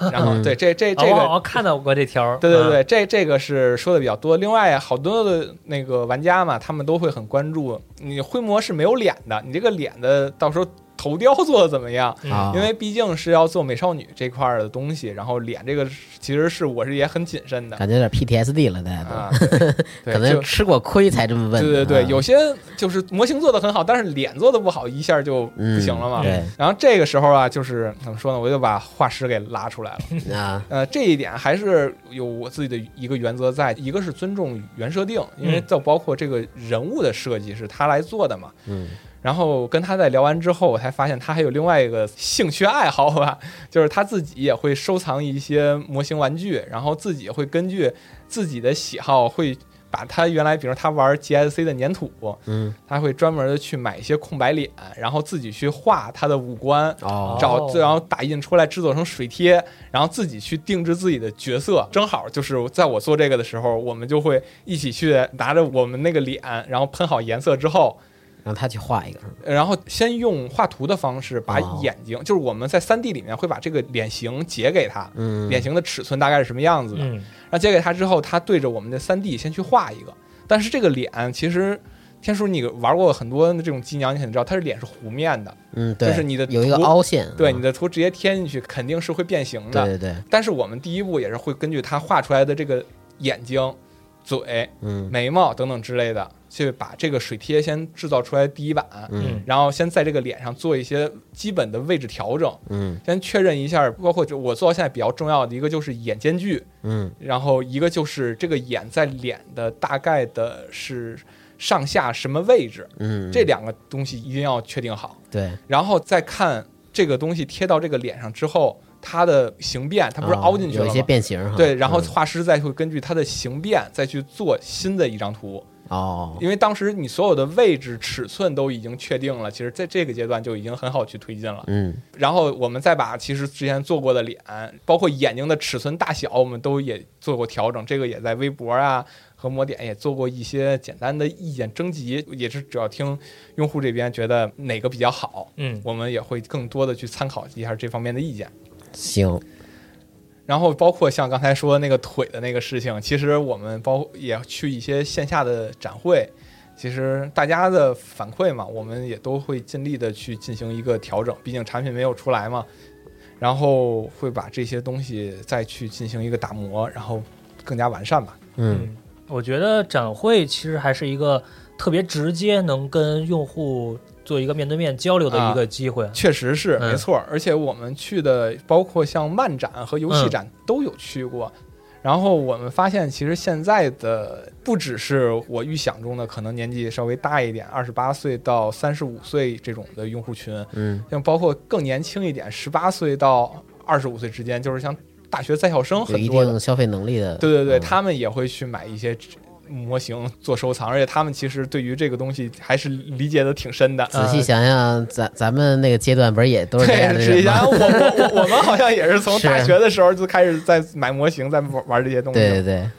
[SPEAKER 4] 然
[SPEAKER 9] 嗯
[SPEAKER 4] 后对这这这
[SPEAKER 8] 哦我
[SPEAKER 4] 个
[SPEAKER 8] 好像看到过这条儿。
[SPEAKER 4] 对对
[SPEAKER 8] 嗯
[SPEAKER 4] 对，这这个是说的比较多。另外，好多的那个玩家嘛，他们都会很关注你灰模是没有脸的，你这个脸的到时候头雕做的怎么样？
[SPEAKER 8] 嗯
[SPEAKER 9] 啊，
[SPEAKER 4] 因为毕竟是要做美少女这块儿的东西，然后脸这个是其实是我是也很谨慎的
[SPEAKER 9] 感觉有点 PTSD 了，大家都
[SPEAKER 4] 啊，对
[SPEAKER 9] 可
[SPEAKER 4] 对就
[SPEAKER 9] 能吃过亏才这么问
[SPEAKER 4] 对
[SPEAKER 9] 的。
[SPEAKER 4] 对
[SPEAKER 9] 啊
[SPEAKER 4] 对，有些就是模型做的很好，但是脸做的不好，一下就不行了嘛。
[SPEAKER 9] 嗯
[SPEAKER 4] 然后这个时候啊，就是怎么说呢，我就把画师给拉出来了。
[SPEAKER 9] 对啊，
[SPEAKER 4] 呃，这一点还是有我自己的一个原则在，一个是尊重原设定，因为就包括这个人物的设计是他来做的嘛。
[SPEAKER 9] 嗯。
[SPEAKER 4] 然后跟他在聊完之后，我才发现他还有另外一个兴趣爱好吧，就是他自己也会收藏一些模型玩具，然后自己会根据自己的喜好会。把他原来，比如他玩 GSC 的粘土，
[SPEAKER 9] 嗯，
[SPEAKER 4] 他会专门的去买一些空白脸，然后自己去画他的五官，
[SPEAKER 9] 哦，
[SPEAKER 4] 找
[SPEAKER 8] 哦，
[SPEAKER 4] 然后打印出来制作成水贴，然后自己去定制自己的角色。正好就是在我做这个的时候，我们就会一起去拿着我们那个脸，然后喷好颜色之后，
[SPEAKER 9] 让他去画一个，
[SPEAKER 4] 然后先用画图的方式把
[SPEAKER 9] 哦
[SPEAKER 4] 眼睛，就是我们在3 D 里面会把这个脸型截给他，
[SPEAKER 9] 嗯，
[SPEAKER 4] 脸型的尺寸大概是什么样子的，
[SPEAKER 8] 嗯
[SPEAKER 4] 然后截给他之后，他对着我们的3 D 先去画一个。但是这个脸其实。天叔，你玩过很多这种机娘，你肯定知道，它是脸是弧面的，
[SPEAKER 9] 嗯，对，
[SPEAKER 4] 就是你的
[SPEAKER 9] 有一个
[SPEAKER 4] 图
[SPEAKER 9] 凹陷，
[SPEAKER 4] 对，
[SPEAKER 9] 啊
[SPEAKER 4] 你的图直接贴进去肯定是会变形的。
[SPEAKER 9] 对对对，
[SPEAKER 4] 但是我们第一步也是会根据他画出来的这个眼睛、嘴、
[SPEAKER 9] 嗯
[SPEAKER 4] 眉毛等等之类的，去把这个水贴先制造出来第一版，
[SPEAKER 9] 嗯
[SPEAKER 4] 然后先在这个脸上做一些基本的位置调整，
[SPEAKER 9] 嗯
[SPEAKER 4] 先确认一下。包括就我做到现在比较重要的一个就是眼间距，
[SPEAKER 9] 嗯
[SPEAKER 4] 然后一个就是这个眼在脸的大概的是上下什么位置，
[SPEAKER 9] 嗯，
[SPEAKER 4] 这两个东西一定要确定好。
[SPEAKER 9] 对，
[SPEAKER 4] 然后再看这个东西贴到这个脸上之后，它的形变，它不是
[SPEAKER 9] 啊
[SPEAKER 4] 凹进去了
[SPEAKER 9] 有
[SPEAKER 4] 吗？
[SPEAKER 9] 一些变形哈，
[SPEAKER 4] 对，然后
[SPEAKER 9] 嗯
[SPEAKER 4] 画师再会根据它的形变再去做新的一张图，
[SPEAKER 9] 哦，
[SPEAKER 4] 因为当时你所有的位置、尺寸都已经确定了，其实在这个阶段就已经很好去推进了。
[SPEAKER 9] 嗯
[SPEAKER 4] 然后我们再把其实之前做过的脸，包括眼睛的尺寸大小，我们都也做过调整，这个也在微博啊。和魔点也做过一些简单的意见征集，也是主要听用户这边觉得哪个比较好，
[SPEAKER 8] 嗯
[SPEAKER 4] 我们也会更多的去参考一下这方面的意见。
[SPEAKER 9] 行，
[SPEAKER 4] 然后包括像刚才说那个腿的那个事情，其实我们包也去一些线下的展会，其实大家的反馈嘛，我们也都会尽力的去进行一个调整，毕竟产品没有出来嘛，然后会把这些东西再去进行一个打磨，然后更加完善吧。
[SPEAKER 9] 嗯，
[SPEAKER 8] 我觉得展会其实还是一个特别直接能跟用户做一个面对面交流
[SPEAKER 4] 啊
[SPEAKER 8] 的一个机会。
[SPEAKER 4] 确实是
[SPEAKER 8] 嗯
[SPEAKER 4] 没错儿，而且我们去的包括像漫展和游
[SPEAKER 9] 嗯
[SPEAKER 4] 戏展都有去过。然后我们发现，其实现在的不只是我预想中的，可能年纪稍微大一点，二十八岁到三十五岁这种的用户群，
[SPEAKER 9] 嗯
[SPEAKER 4] 像包括更年轻一点，十八岁到二十五岁之间，就是像大学在校生
[SPEAKER 9] 有
[SPEAKER 4] 很
[SPEAKER 9] 一
[SPEAKER 4] 多的
[SPEAKER 9] 定消费能力的，
[SPEAKER 4] 对对对，
[SPEAKER 9] 嗯
[SPEAKER 8] 啊
[SPEAKER 4] 他们也会去买一些模型做收藏，而且他们其实对于这个东西还是理解的挺深的。
[SPEAKER 9] 仔细想想，咱咱们那个阶段不是也都是这样的
[SPEAKER 4] 对，是
[SPEAKER 9] 人
[SPEAKER 4] 一下
[SPEAKER 9] 吗？
[SPEAKER 4] 我我我我们好像也是从
[SPEAKER 9] 是
[SPEAKER 4] 大学的时候就开始在买模型，在玩玩这些东西。
[SPEAKER 9] 对对对。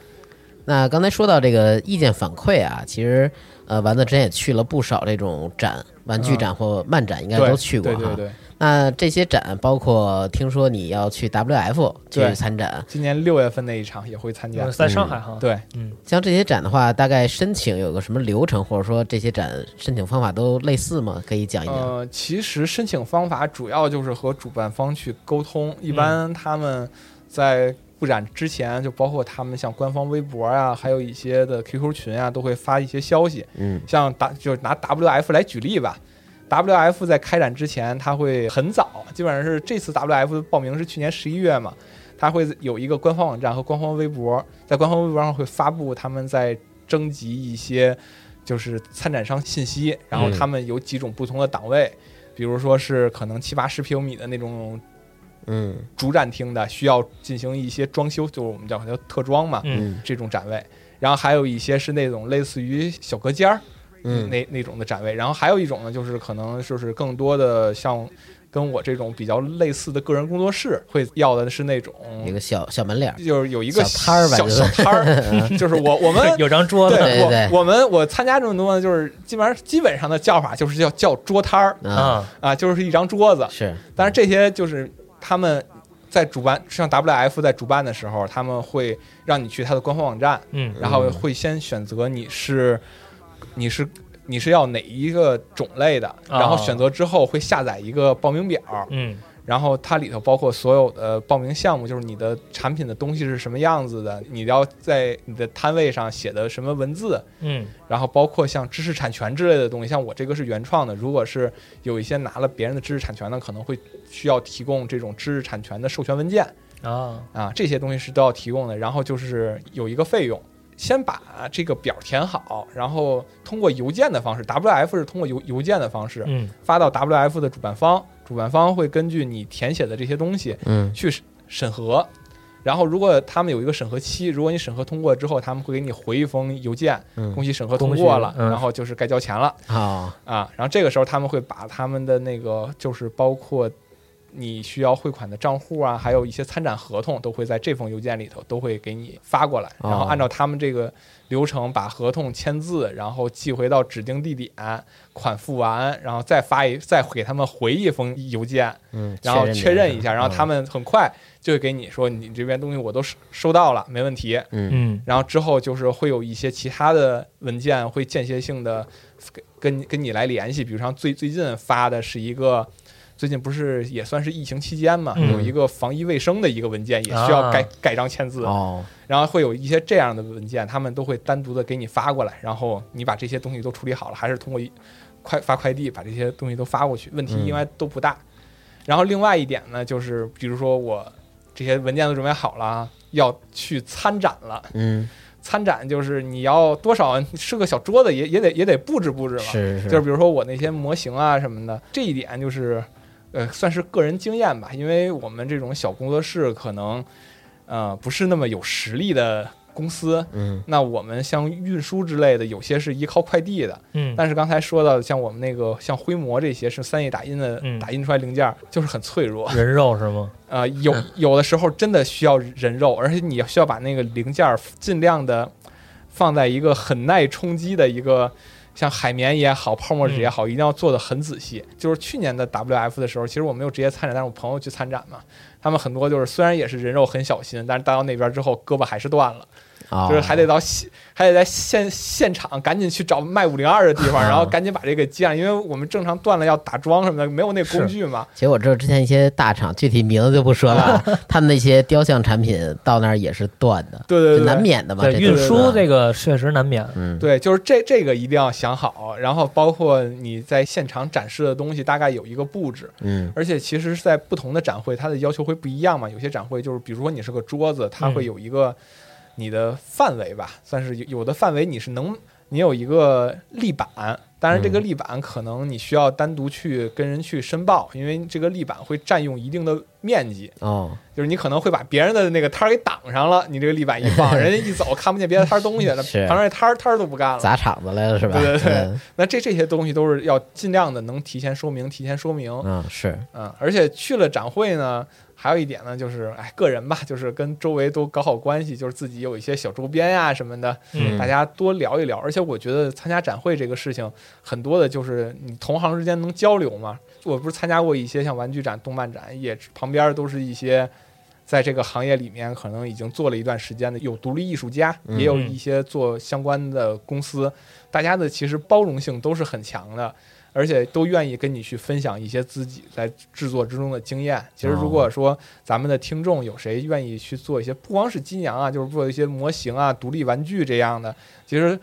[SPEAKER 9] 那刚才说到这个意见反馈啊，其实呃，丸子之前也去了不少这种展，玩具展或漫展，应该
[SPEAKER 4] 嗯对
[SPEAKER 9] 都去过
[SPEAKER 4] 对
[SPEAKER 9] 哈。
[SPEAKER 4] 对对，
[SPEAKER 9] 那这些展包括听说你要去 WF 去
[SPEAKER 4] 对
[SPEAKER 9] 参展，
[SPEAKER 4] 今年六月份那一场也会参加
[SPEAKER 8] 嗯，。在上海哈，嗯
[SPEAKER 4] 对，
[SPEAKER 9] 像这些展的话，大概申请有个什么流程，或者说这些展申请方法都类似吗？可以讲一讲。
[SPEAKER 4] 呃，其实申请方法主要就是和主办方去沟通，一
[SPEAKER 9] 嗯
[SPEAKER 4] 般他们在布展之前，就包括他们像官方微博啊，还有一些的 QQ 群啊，都会发一些消息。
[SPEAKER 9] 嗯，
[SPEAKER 4] 像打就是拿 WF 来举例吧。WF 在开展之前，它会很早，基本上是这次 WF 的报名是去年十一月嘛，它会有一个官方网站和官方微博，在官方微博上会发布他们在征集一些就是参展商信息，然后
[SPEAKER 9] 嗯
[SPEAKER 4] 他们有几种不同的档位，比如说是可能七八十平米的那种
[SPEAKER 9] 嗯
[SPEAKER 4] 主展厅的，需要进行一些装修，就是我们叫叫特装嘛，
[SPEAKER 8] 嗯。
[SPEAKER 4] 这种展位，然后还有一些是那种类似于小隔间儿。
[SPEAKER 9] 嗯
[SPEAKER 4] 那那种的展位。然后还有一种呢，就是可能就是更多的像跟我这种比较类似的个人工作室会要的是那种，
[SPEAKER 9] 有个小小门脸儿，
[SPEAKER 4] 就是有一个
[SPEAKER 9] 小摊儿吧
[SPEAKER 4] 小
[SPEAKER 9] 就是
[SPEAKER 4] 小 摊儿，就是我我们
[SPEAKER 8] 哎有张桌子，
[SPEAKER 9] 对对
[SPEAKER 4] 我我们我参加这么多呢，就是基本上基本上的叫法就是叫叫桌摊儿
[SPEAKER 9] 啊，
[SPEAKER 8] 啊，
[SPEAKER 4] 啊，就是一张桌子。
[SPEAKER 9] 是，
[SPEAKER 4] 但是这些就是他们在主办，像 WF 在主办的时候，他们会让你去他的官方网站，
[SPEAKER 8] 嗯
[SPEAKER 4] 然后会先选择你是你是你是要哪一个种类的，
[SPEAKER 8] 啊
[SPEAKER 4] 然后选择之后会下载一个报名表，
[SPEAKER 8] 嗯
[SPEAKER 4] 然后它里头包括所有的报名项目，就是你的产品的东西是什么样子的，你要在你的摊位上写的什么文字，
[SPEAKER 8] 嗯
[SPEAKER 4] 然后包括像知识产权之类的东西，像我这个是原创的，如果是有一些拿了别人的知识产权呢，可能会需要提供这种知识产权的授权文件。
[SPEAKER 8] 啊，
[SPEAKER 4] 啊，这些东西是都要提供的。然后就是有一个费用，先把这个表填好，然后通过邮件的方式，WF 是通过邮邮件的方式
[SPEAKER 8] 嗯
[SPEAKER 4] 发到 WF 的主办方，主办方会根据你填写的这些东西
[SPEAKER 9] 嗯
[SPEAKER 4] 去审审核。然后，如果他们有一个审核期，如果你审核通过之后，他们会给你回一封邮件，
[SPEAKER 9] 嗯
[SPEAKER 4] 恭喜审核
[SPEAKER 8] 恭
[SPEAKER 4] 通
[SPEAKER 8] 喜
[SPEAKER 4] 过了，
[SPEAKER 8] 嗯
[SPEAKER 4] 然后就是该交钱了。
[SPEAKER 9] 好，
[SPEAKER 4] 啊，然后这个时候他们会把他们的那个就是包括你需要汇款的账户啊，还有一些参展合同都会在这封邮件里头都会给你发过来，然后
[SPEAKER 9] 哦
[SPEAKER 4] 按照他们这个流程把合同签字，然后寄回到指定地点，款付完，然后再发一再给他们回一封邮件，
[SPEAKER 9] 嗯，
[SPEAKER 4] 然后确认
[SPEAKER 9] 这
[SPEAKER 4] 一
[SPEAKER 9] 个
[SPEAKER 4] 下，然后他，们很快就会给你说你这边东西我都收收到了，没问题，
[SPEAKER 9] 嗯
[SPEAKER 8] 嗯
[SPEAKER 4] 然后之后就是会有一些其他的文件会间歇性的跟跟你来联系，比如像最最近发的是一个。最近不是也算是疫情期间嘛，
[SPEAKER 8] 嗯
[SPEAKER 4] 有一个防疫卫生的一个文件，也需要
[SPEAKER 8] 啊
[SPEAKER 4] 盖、盖章签字，
[SPEAKER 9] 嗯哦，
[SPEAKER 4] 然后会有一些这样的文件，他们都会单独的给你发过来，然后你把这些东西都处理好了，还是通过一快发快递把这些东西都发过去，问题
[SPEAKER 9] 嗯
[SPEAKER 4] 应该都不大。然后另外一点呢，就是比如说我这些文件都准备好了啊，要去参展了，
[SPEAKER 9] 嗯，
[SPEAKER 4] 参展就是你要多少是个小桌子也也得也得布置布置嘛。
[SPEAKER 9] 是是，
[SPEAKER 4] 就是比如说我那些模型啊什么的，这一点就是呃算是个人经验吧，因为我们这种小工作室可能呃不是那么有实力的公司。
[SPEAKER 9] 嗯
[SPEAKER 4] 那我们像运输之类的，有些是依靠快递的，
[SPEAKER 8] 嗯
[SPEAKER 4] 但是刚才说到的像我们那个像灰模这些是 3D 打印的，
[SPEAKER 8] 嗯
[SPEAKER 4] 打印出来零件儿就是很脆弱，
[SPEAKER 8] 人肉是吗？
[SPEAKER 4] 呃，有
[SPEAKER 9] 嗯
[SPEAKER 4] 有的时候真的需要人肉，而且你需要把那个零件儿尽量的放在一个很耐冲击的一个，像海绵也好，泡沫纸
[SPEAKER 9] 嗯
[SPEAKER 4] 也好，一定要做的很仔细。就是去年的 WF 的时候，其实我没有直接参展，但是我朋友去参展嘛，他们很多就是虽然也是人肉很小心，但是带到那边之后胳膊还是断了，
[SPEAKER 9] 啊，
[SPEAKER 4] 就是还得到现还得在现现场赶紧去找卖五零二的地方，
[SPEAKER 9] 啊
[SPEAKER 4] 然后赶紧把这个接上，因为我们正常断了要打桩什么的，没有那工具嘛。
[SPEAKER 9] 其实我知道之前一些大厂，具体名字就不说了，他们那些雕像产品到那儿也是断的，
[SPEAKER 4] 对对
[SPEAKER 9] 就
[SPEAKER 4] 对，
[SPEAKER 9] 难免的嘛。
[SPEAKER 8] 对
[SPEAKER 9] 这
[SPEAKER 8] 运
[SPEAKER 9] 都是
[SPEAKER 8] 输这个确实难免。
[SPEAKER 9] 嗯，
[SPEAKER 4] 对，就是这这个一定要想好，然后包括你在现场展示的东西大概有一个布置，
[SPEAKER 9] 嗯
[SPEAKER 4] 而且其实是在不同的展会，它的要求会不一样嘛。有些展会就是，比如说你是个桌子，它
[SPEAKER 9] 嗯
[SPEAKER 4] 会有一个你的范围吧，算是有有的范围你是能，你有一个立板，当然这
[SPEAKER 9] 嗯
[SPEAKER 4] 个立板可能你需要单独去跟人去申报，因为这个立板会占用一定的面积，
[SPEAKER 9] 哦，
[SPEAKER 4] 就是你可能会把别人的那个摊儿给挡上了，你这个立板一 放，人家一走看不见别的摊儿东西了，
[SPEAKER 9] 是
[SPEAKER 4] 旁边摊儿摊儿都不干了。
[SPEAKER 9] 砸场子来了是吧？
[SPEAKER 4] 对对对
[SPEAKER 9] 嗯
[SPEAKER 4] 那这这些东西都是要尽量的能提前说明，提前说明。
[SPEAKER 9] 嗯，是
[SPEAKER 4] 嗯，而且去了展会呢，还有一点呢，就是哎，个人吧，就是跟周围都搞好关系，就是自己有一些小周边呀、什么的，
[SPEAKER 8] 嗯
[SPEAKER 4] 大家多聊一聊。而且我觉得参加展会这个事情，很多的就是你同行之间能交流嘛。我不是参加过一些像玩具展、动漫展，也旁边都是一些在这个行业里面可能已经做了一段时间的，有独立艺术家，也有一些做相关的公司，大家的其实包容性都是很强的。而且都愿意跟你去分享一些自己在制作之中的经验。其实，如果说咱们的听众有谁愿意去做一些，不光是金阳啊，就是做一些模型啊、独立玩具这样的，其实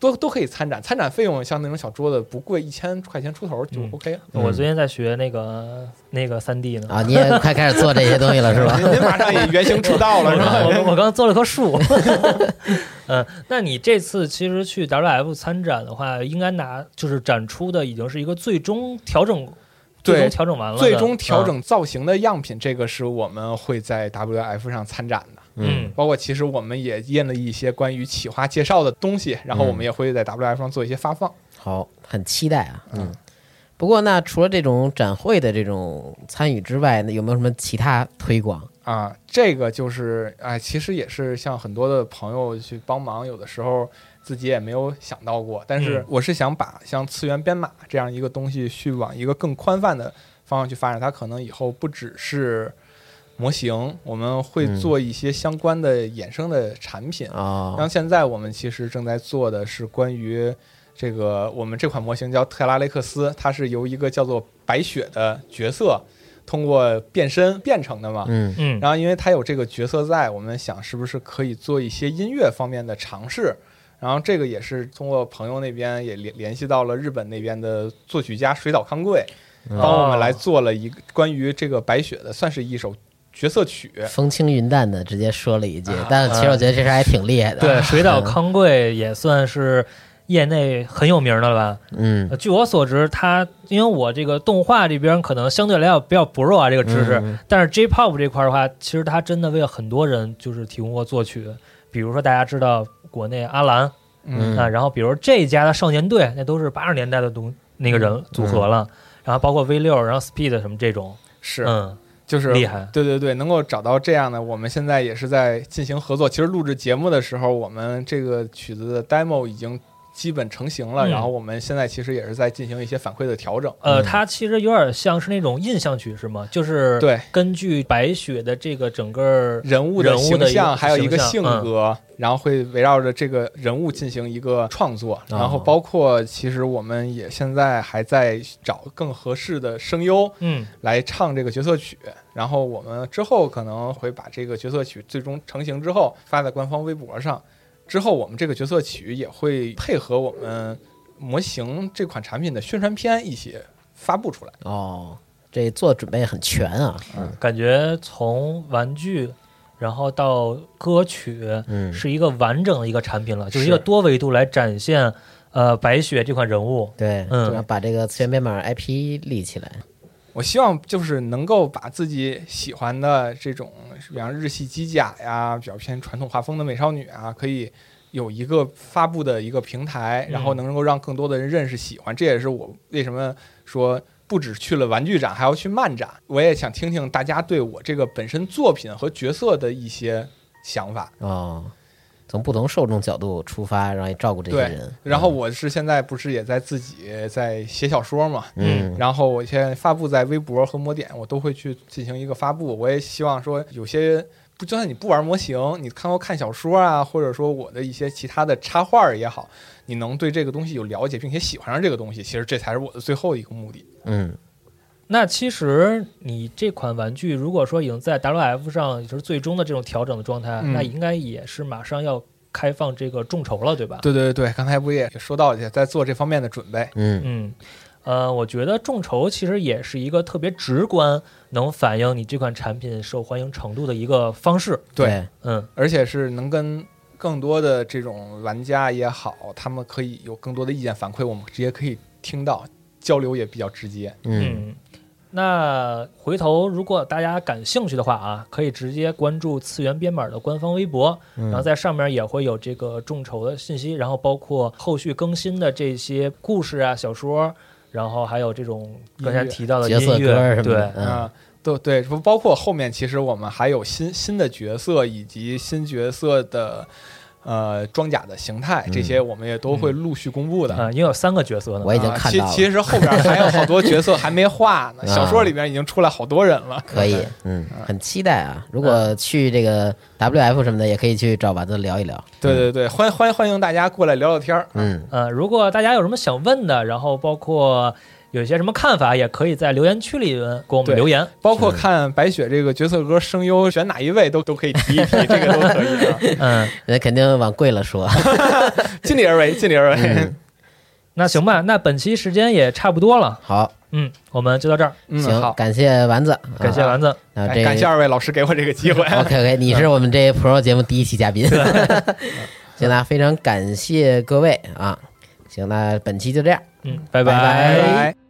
[SPEAKER 4] 都都可以参展。参展费用像那种小桌子不贵，一千块钱出头就
[SPEAKER 8] 嗯
[SPEAKER 4] OK 了。
[SPEAKER 8] 我最近在学那个那个三 D 呢，
[SPEAKER 9] 啊，你也快开始做这些东西了是吧？
[SPEAKER 4] 您您马上也原型出 道了，是吧？
[SPEAKER 8] 我我我刚做了棵树。 嗯，那你这次其实去 WF 参展的话，应该拿就是展出的已经是一个最终调整，最
[SPEAKER 4] 对，
[SPEAKER 8] 终调整完了的，
[SPEAKER 4] 最终调
[SPEAKER 8] 嗯。
[SPEAKER 4] 整造型的样品，这个是我们会在 WF 上参展的。
[SPEAKER 8] 嗯，
[SPEAKER 4] 包括其实我们也验了一些关于企划介绍的东西，然后我们也会在 WF 上做一些发放。
[SPEAKER 9] 好，很期待啊。嗯，不过那除了这种展会的这种参与之外，那有没有什么其他推广？
[SPEAKER 4] 啊，这个就是哎，其实也是像很多的朋友去帮忙，有的时候自己也没有想到过。但是
[SPEAKER 8] 嗯
[SPEAKER 4] 我是想把像次元编码这样一个东西去往一个更宽泛的方向去发展，它可能以后不只是模型，我们会
[SPEAKER 9] 嗯
[SPEAKER 4] 做一些相关的衍生的产品。
[SPEAKER 9] 哦
[SPEAKER 8] 啊
[SPEAKER 4] 像现在我们其实正在做的是关于这个，我们这款模型叫特拉雷克斯，它是由一个叫做白雪的角色通过变身变成的嘛。
[SPEAKER 9] 嗯
[SPEAKER 8] 嗯，
[SPEAKER 4] 然后因为他有这个角色在，我们想是不是可以做一些音乐方面的尝试。然后这个也是通过朋友那边也联联系到了日本那边的作曲家水岛康贵，
[SPEAKER 8] 嗯
[SPEAKER 4] 帮
[SPEAKER 8] 哦
[SPEAKER 4] 我们来做了一个关于这个白雪的，算是一首角色曲。
[SPEAKER 9] 风轻云淡的直接说了一句，但其实我觉得这事儿还挺厉害的。
[SPEAKER 8] 啊对，水岛
[SPEAKER 9] 嗯
[SPEAKER 8] 康贵也算是业内很有名的了吧？
[SPEAKER 9] 嗯，
[SPEAKER 8] 呃据我所知，他因为我这个动画这边可能相对来讲比较薄弱啊，这个知识。
[SPEAKER 9] 嗯
[SPEAKER 8] 但是 J-pop 这块儿的话，其实他真的为了很多人就是提供过作曲，比如说大家知道国内阿兰、
[SPEAKER 9] 嗯
[SPEAKER 8] 啊，然后比如这一家的少年队，那都是八十年代的东那个
[SPEAKER 9] 嗯
[SPEAKER 8] 人组合了，然后包括 V 六，然后 Speed 什么这种，
[SPEAKER 4] 是，
[SPEAKER 8] 嗯，
[SPEAKER 4] 就是
[SPEAKER 8] 厉害
[SPEAKER 4] 对对对，能够找到这样的，我们现在也是在进行合作。其实录制节目的时候，我们这个曲子的 demo 已经基本成型了，
[SPEAKER 8] 嗯
[SPEAKER 4] 然后我们现在其实也是在进行一些反馈的调整。嗯
[SPEAKER 8] 呃，它其实有点像是那种印象曲是吗？就是
[SPEAKER 4] 对
[SPEAKER 8] 根据白雪的这个整个
[SPEAKER 4] 人物的
[SPEAKER 8] 人物
[SPEAKER 4] 形
[SPEAKER 8] 的一
[SPEAKER 4] 象，
[SPEAKER 8] 个
[SPEAKER 4] 还有一个
[SPEAKER 8] 形
[SPEAKER 4] 性
[SPEAKER 8] 象嗯
[SPEAKER 4] 格，然后会围绕着这个人物进行一个创
[SPEAKER 8] 哦
[SPEAKER 4] 作，然后包括其实我们也现在还在找更合适的声优
[SPEAKER 8] 嗯
[SPEAKER 4] 来唱这个角色曲，然后我们之后可能会把这个角色曲最终成型之后发在官方微博上，之后我们这个角色曲也会配合我们模型这款产品的宣传片一起发布出来。
[SPEAKER 9] 哦，这做准备很
[SPEAKER 8] 嗯
[SPEAKER 9] 全啊。
[SPEAKER 8] 感觉从玩具，然后到歌曲，
[SPEAKER 9] 嗯
[SPEAKER 8] 是一个完整的一个产品了，就是一
[SPEAKER 4] 是
[SPEAKER 8] 个多维度来展现呃白雪这款人物。
[SPEAKER 9] 对，
[SPEAKER 8] 嗯
[SPEAKER 9] 然后把这个次元编码 IP 立起来。
[SPEAKER 4] 我希望就是能够把自己喜欢的这种，比方日系机甲呀，比较偏传统画风的美少女啊，可以有一个发布的一个平台，
[SPEAKER 8] 嗯
[SPEAKER 4] 然后能够让更多的人认识、喜欢。这也是我为什么说不只去了玩具展，还要去漫展。我也想听听大家对我这个本身作品和角色的一些想法。
[SPEAKER 9] 哦，从不同受众角度出发，然后照顾这些
[SPEAKER 4] 对
[SPEAKER 9] 人。
[SPEAKER 4] 然后我是现在不是也在自己在写小说嘛，
[SPEAKER 9] 嗯，
[SPEAKER 4] 然后我现在发布在微博和魔点，我都会去进行一个发布。我也希望说，有些不就算你不玩模型，你看过看小说啊，或者说我的一些其他的插画儿也好，你能对这个东西有了解，并且喜欢上这个东西，其实这才是我的最后一个目的。
[SPEAKER 9] 嗯
[SPEAKER 8] 那其实你这款玩具如果说已经在 WF 上，也就是最终的这种调整的状态，
[SPEAKER 4] 嗯
[SPEAKER 8] 那应该也是马上要开放这个众筹了，对吧？
[SPEAKER 4] 对啊对对，刚才不也也说到也在做这方面的准备。
[SPEAKER 9] 嗯
[SPEAKER 8] 嗯，呃，我觉得众筹其实也是一个特别直观能反映你这款产品受欢迎程度的一个方式。
[SPEAKER 4] 对，
[SPEAKER 8] 嗯，
[SPEAKER 4] 而且是能跟更多的这种玩家也好，他们可以有更多的意见反馈，我们直接可以听到，交流也比较直接。
[SPEAKER 9] 嗯，
[SPEAKER 8] 嗯，那回头如果大家感兴趣的话啊，可以直接关注次元编码的官方微博，
[SPEAKER 9] 嗯
[SPEAKER 8] 然后在上面也会有这个众筹的信息，然后包括后续更新的这些故事啊、小说，然后还有这种刚才
[SPEAKER 4] 音乐
[SPEAKER 8] 提到的
[SPEAKER 9] 角色
[SPEAKER 8] 音
[SPEAKER 9] 歌
[SPEAKER 8] 乐，
[SPEAKER 9] 什么
[SPEAKER 8] 对
[SPEAKER 9] 的，，嗯
[SPEAKER 4] 啊，都对，不包括后面，其实我们还有新新的角色以及新角色的呃装甲的形态，这些我们也都会陆续公布的。
[SPEAKER 8] 啊，因为有三个角色
[SPEAKER 9] 嗯，
[SPEAKER 8] 呢
[SPEAKER 9] 我，已经
[SPEAKER 4] 啊
[SPEAKER 9] 看
[SPEAKER 4] 其
[SPEAKER 9] 到了，
[SPEAKER 4] 其实后边还有好多角色还没画呢，
[SPEAKER 9] 啊
[SPEAKER 4] 小说里边已经出来好多人了。
[SPEAKER 9] 可以，嗯，很期待啊！如果去这个 WF 什么的，也可以去找丸子聊一聊。
[SPEAKER 4] 对对对，欢欢欢迎大家过来聊聊天儿。
[SPEAKER 9] 嗯，
[SPEAKER 8] 呃，如果大家有什么想问的，然后包括有一些什么看法，也可以在留言区里呃给我们
[SPEAKER 4] 对
[SPEAKER 8] 留言。
[SPEAKER 4] 包括看白雪这个角色歌声优选哪一位都都可以提一提，这个都可以 啊。
[SPEAKER 8] 嗯，
[SPEAKER 9] 那肯定往贵了说。
[SPEAKER 4] 尽力而为，尽力而为。
[SPEAKER 9] 嗯
[SPEAKER 8] 那行吧，那本期时间也差不多了，
[SPEAKER 9] 好，
[SPEAKER 8] 嗯，我们就到这儿，
[SPEAKER 4] 嗯，
[SPEAKER 9] 行，
[SPEAKER 4] 好，
[SPEAKER 9] 感谢丸子，
[SPEAKER 8] 感谢丸子。
[SPEAKER 9] 啊，
[SPEAKER 4] 哎
[SPEAKER 9] 这
[SPEAKER 4] 感谢二位老师给我这个机会。
[SPEAKER 9] OK OK，你是我们这 Pro 节目第一期嘉宾。行，那非常感谢各位啊！行，那本期就这样。
[SPEAKER 8] 嗯，拜
[SPEAKER 9] 拜
[SPEAKER 8] 拜
[SPEAKER 9] 拜
[SPEAKER 4] 拜拜。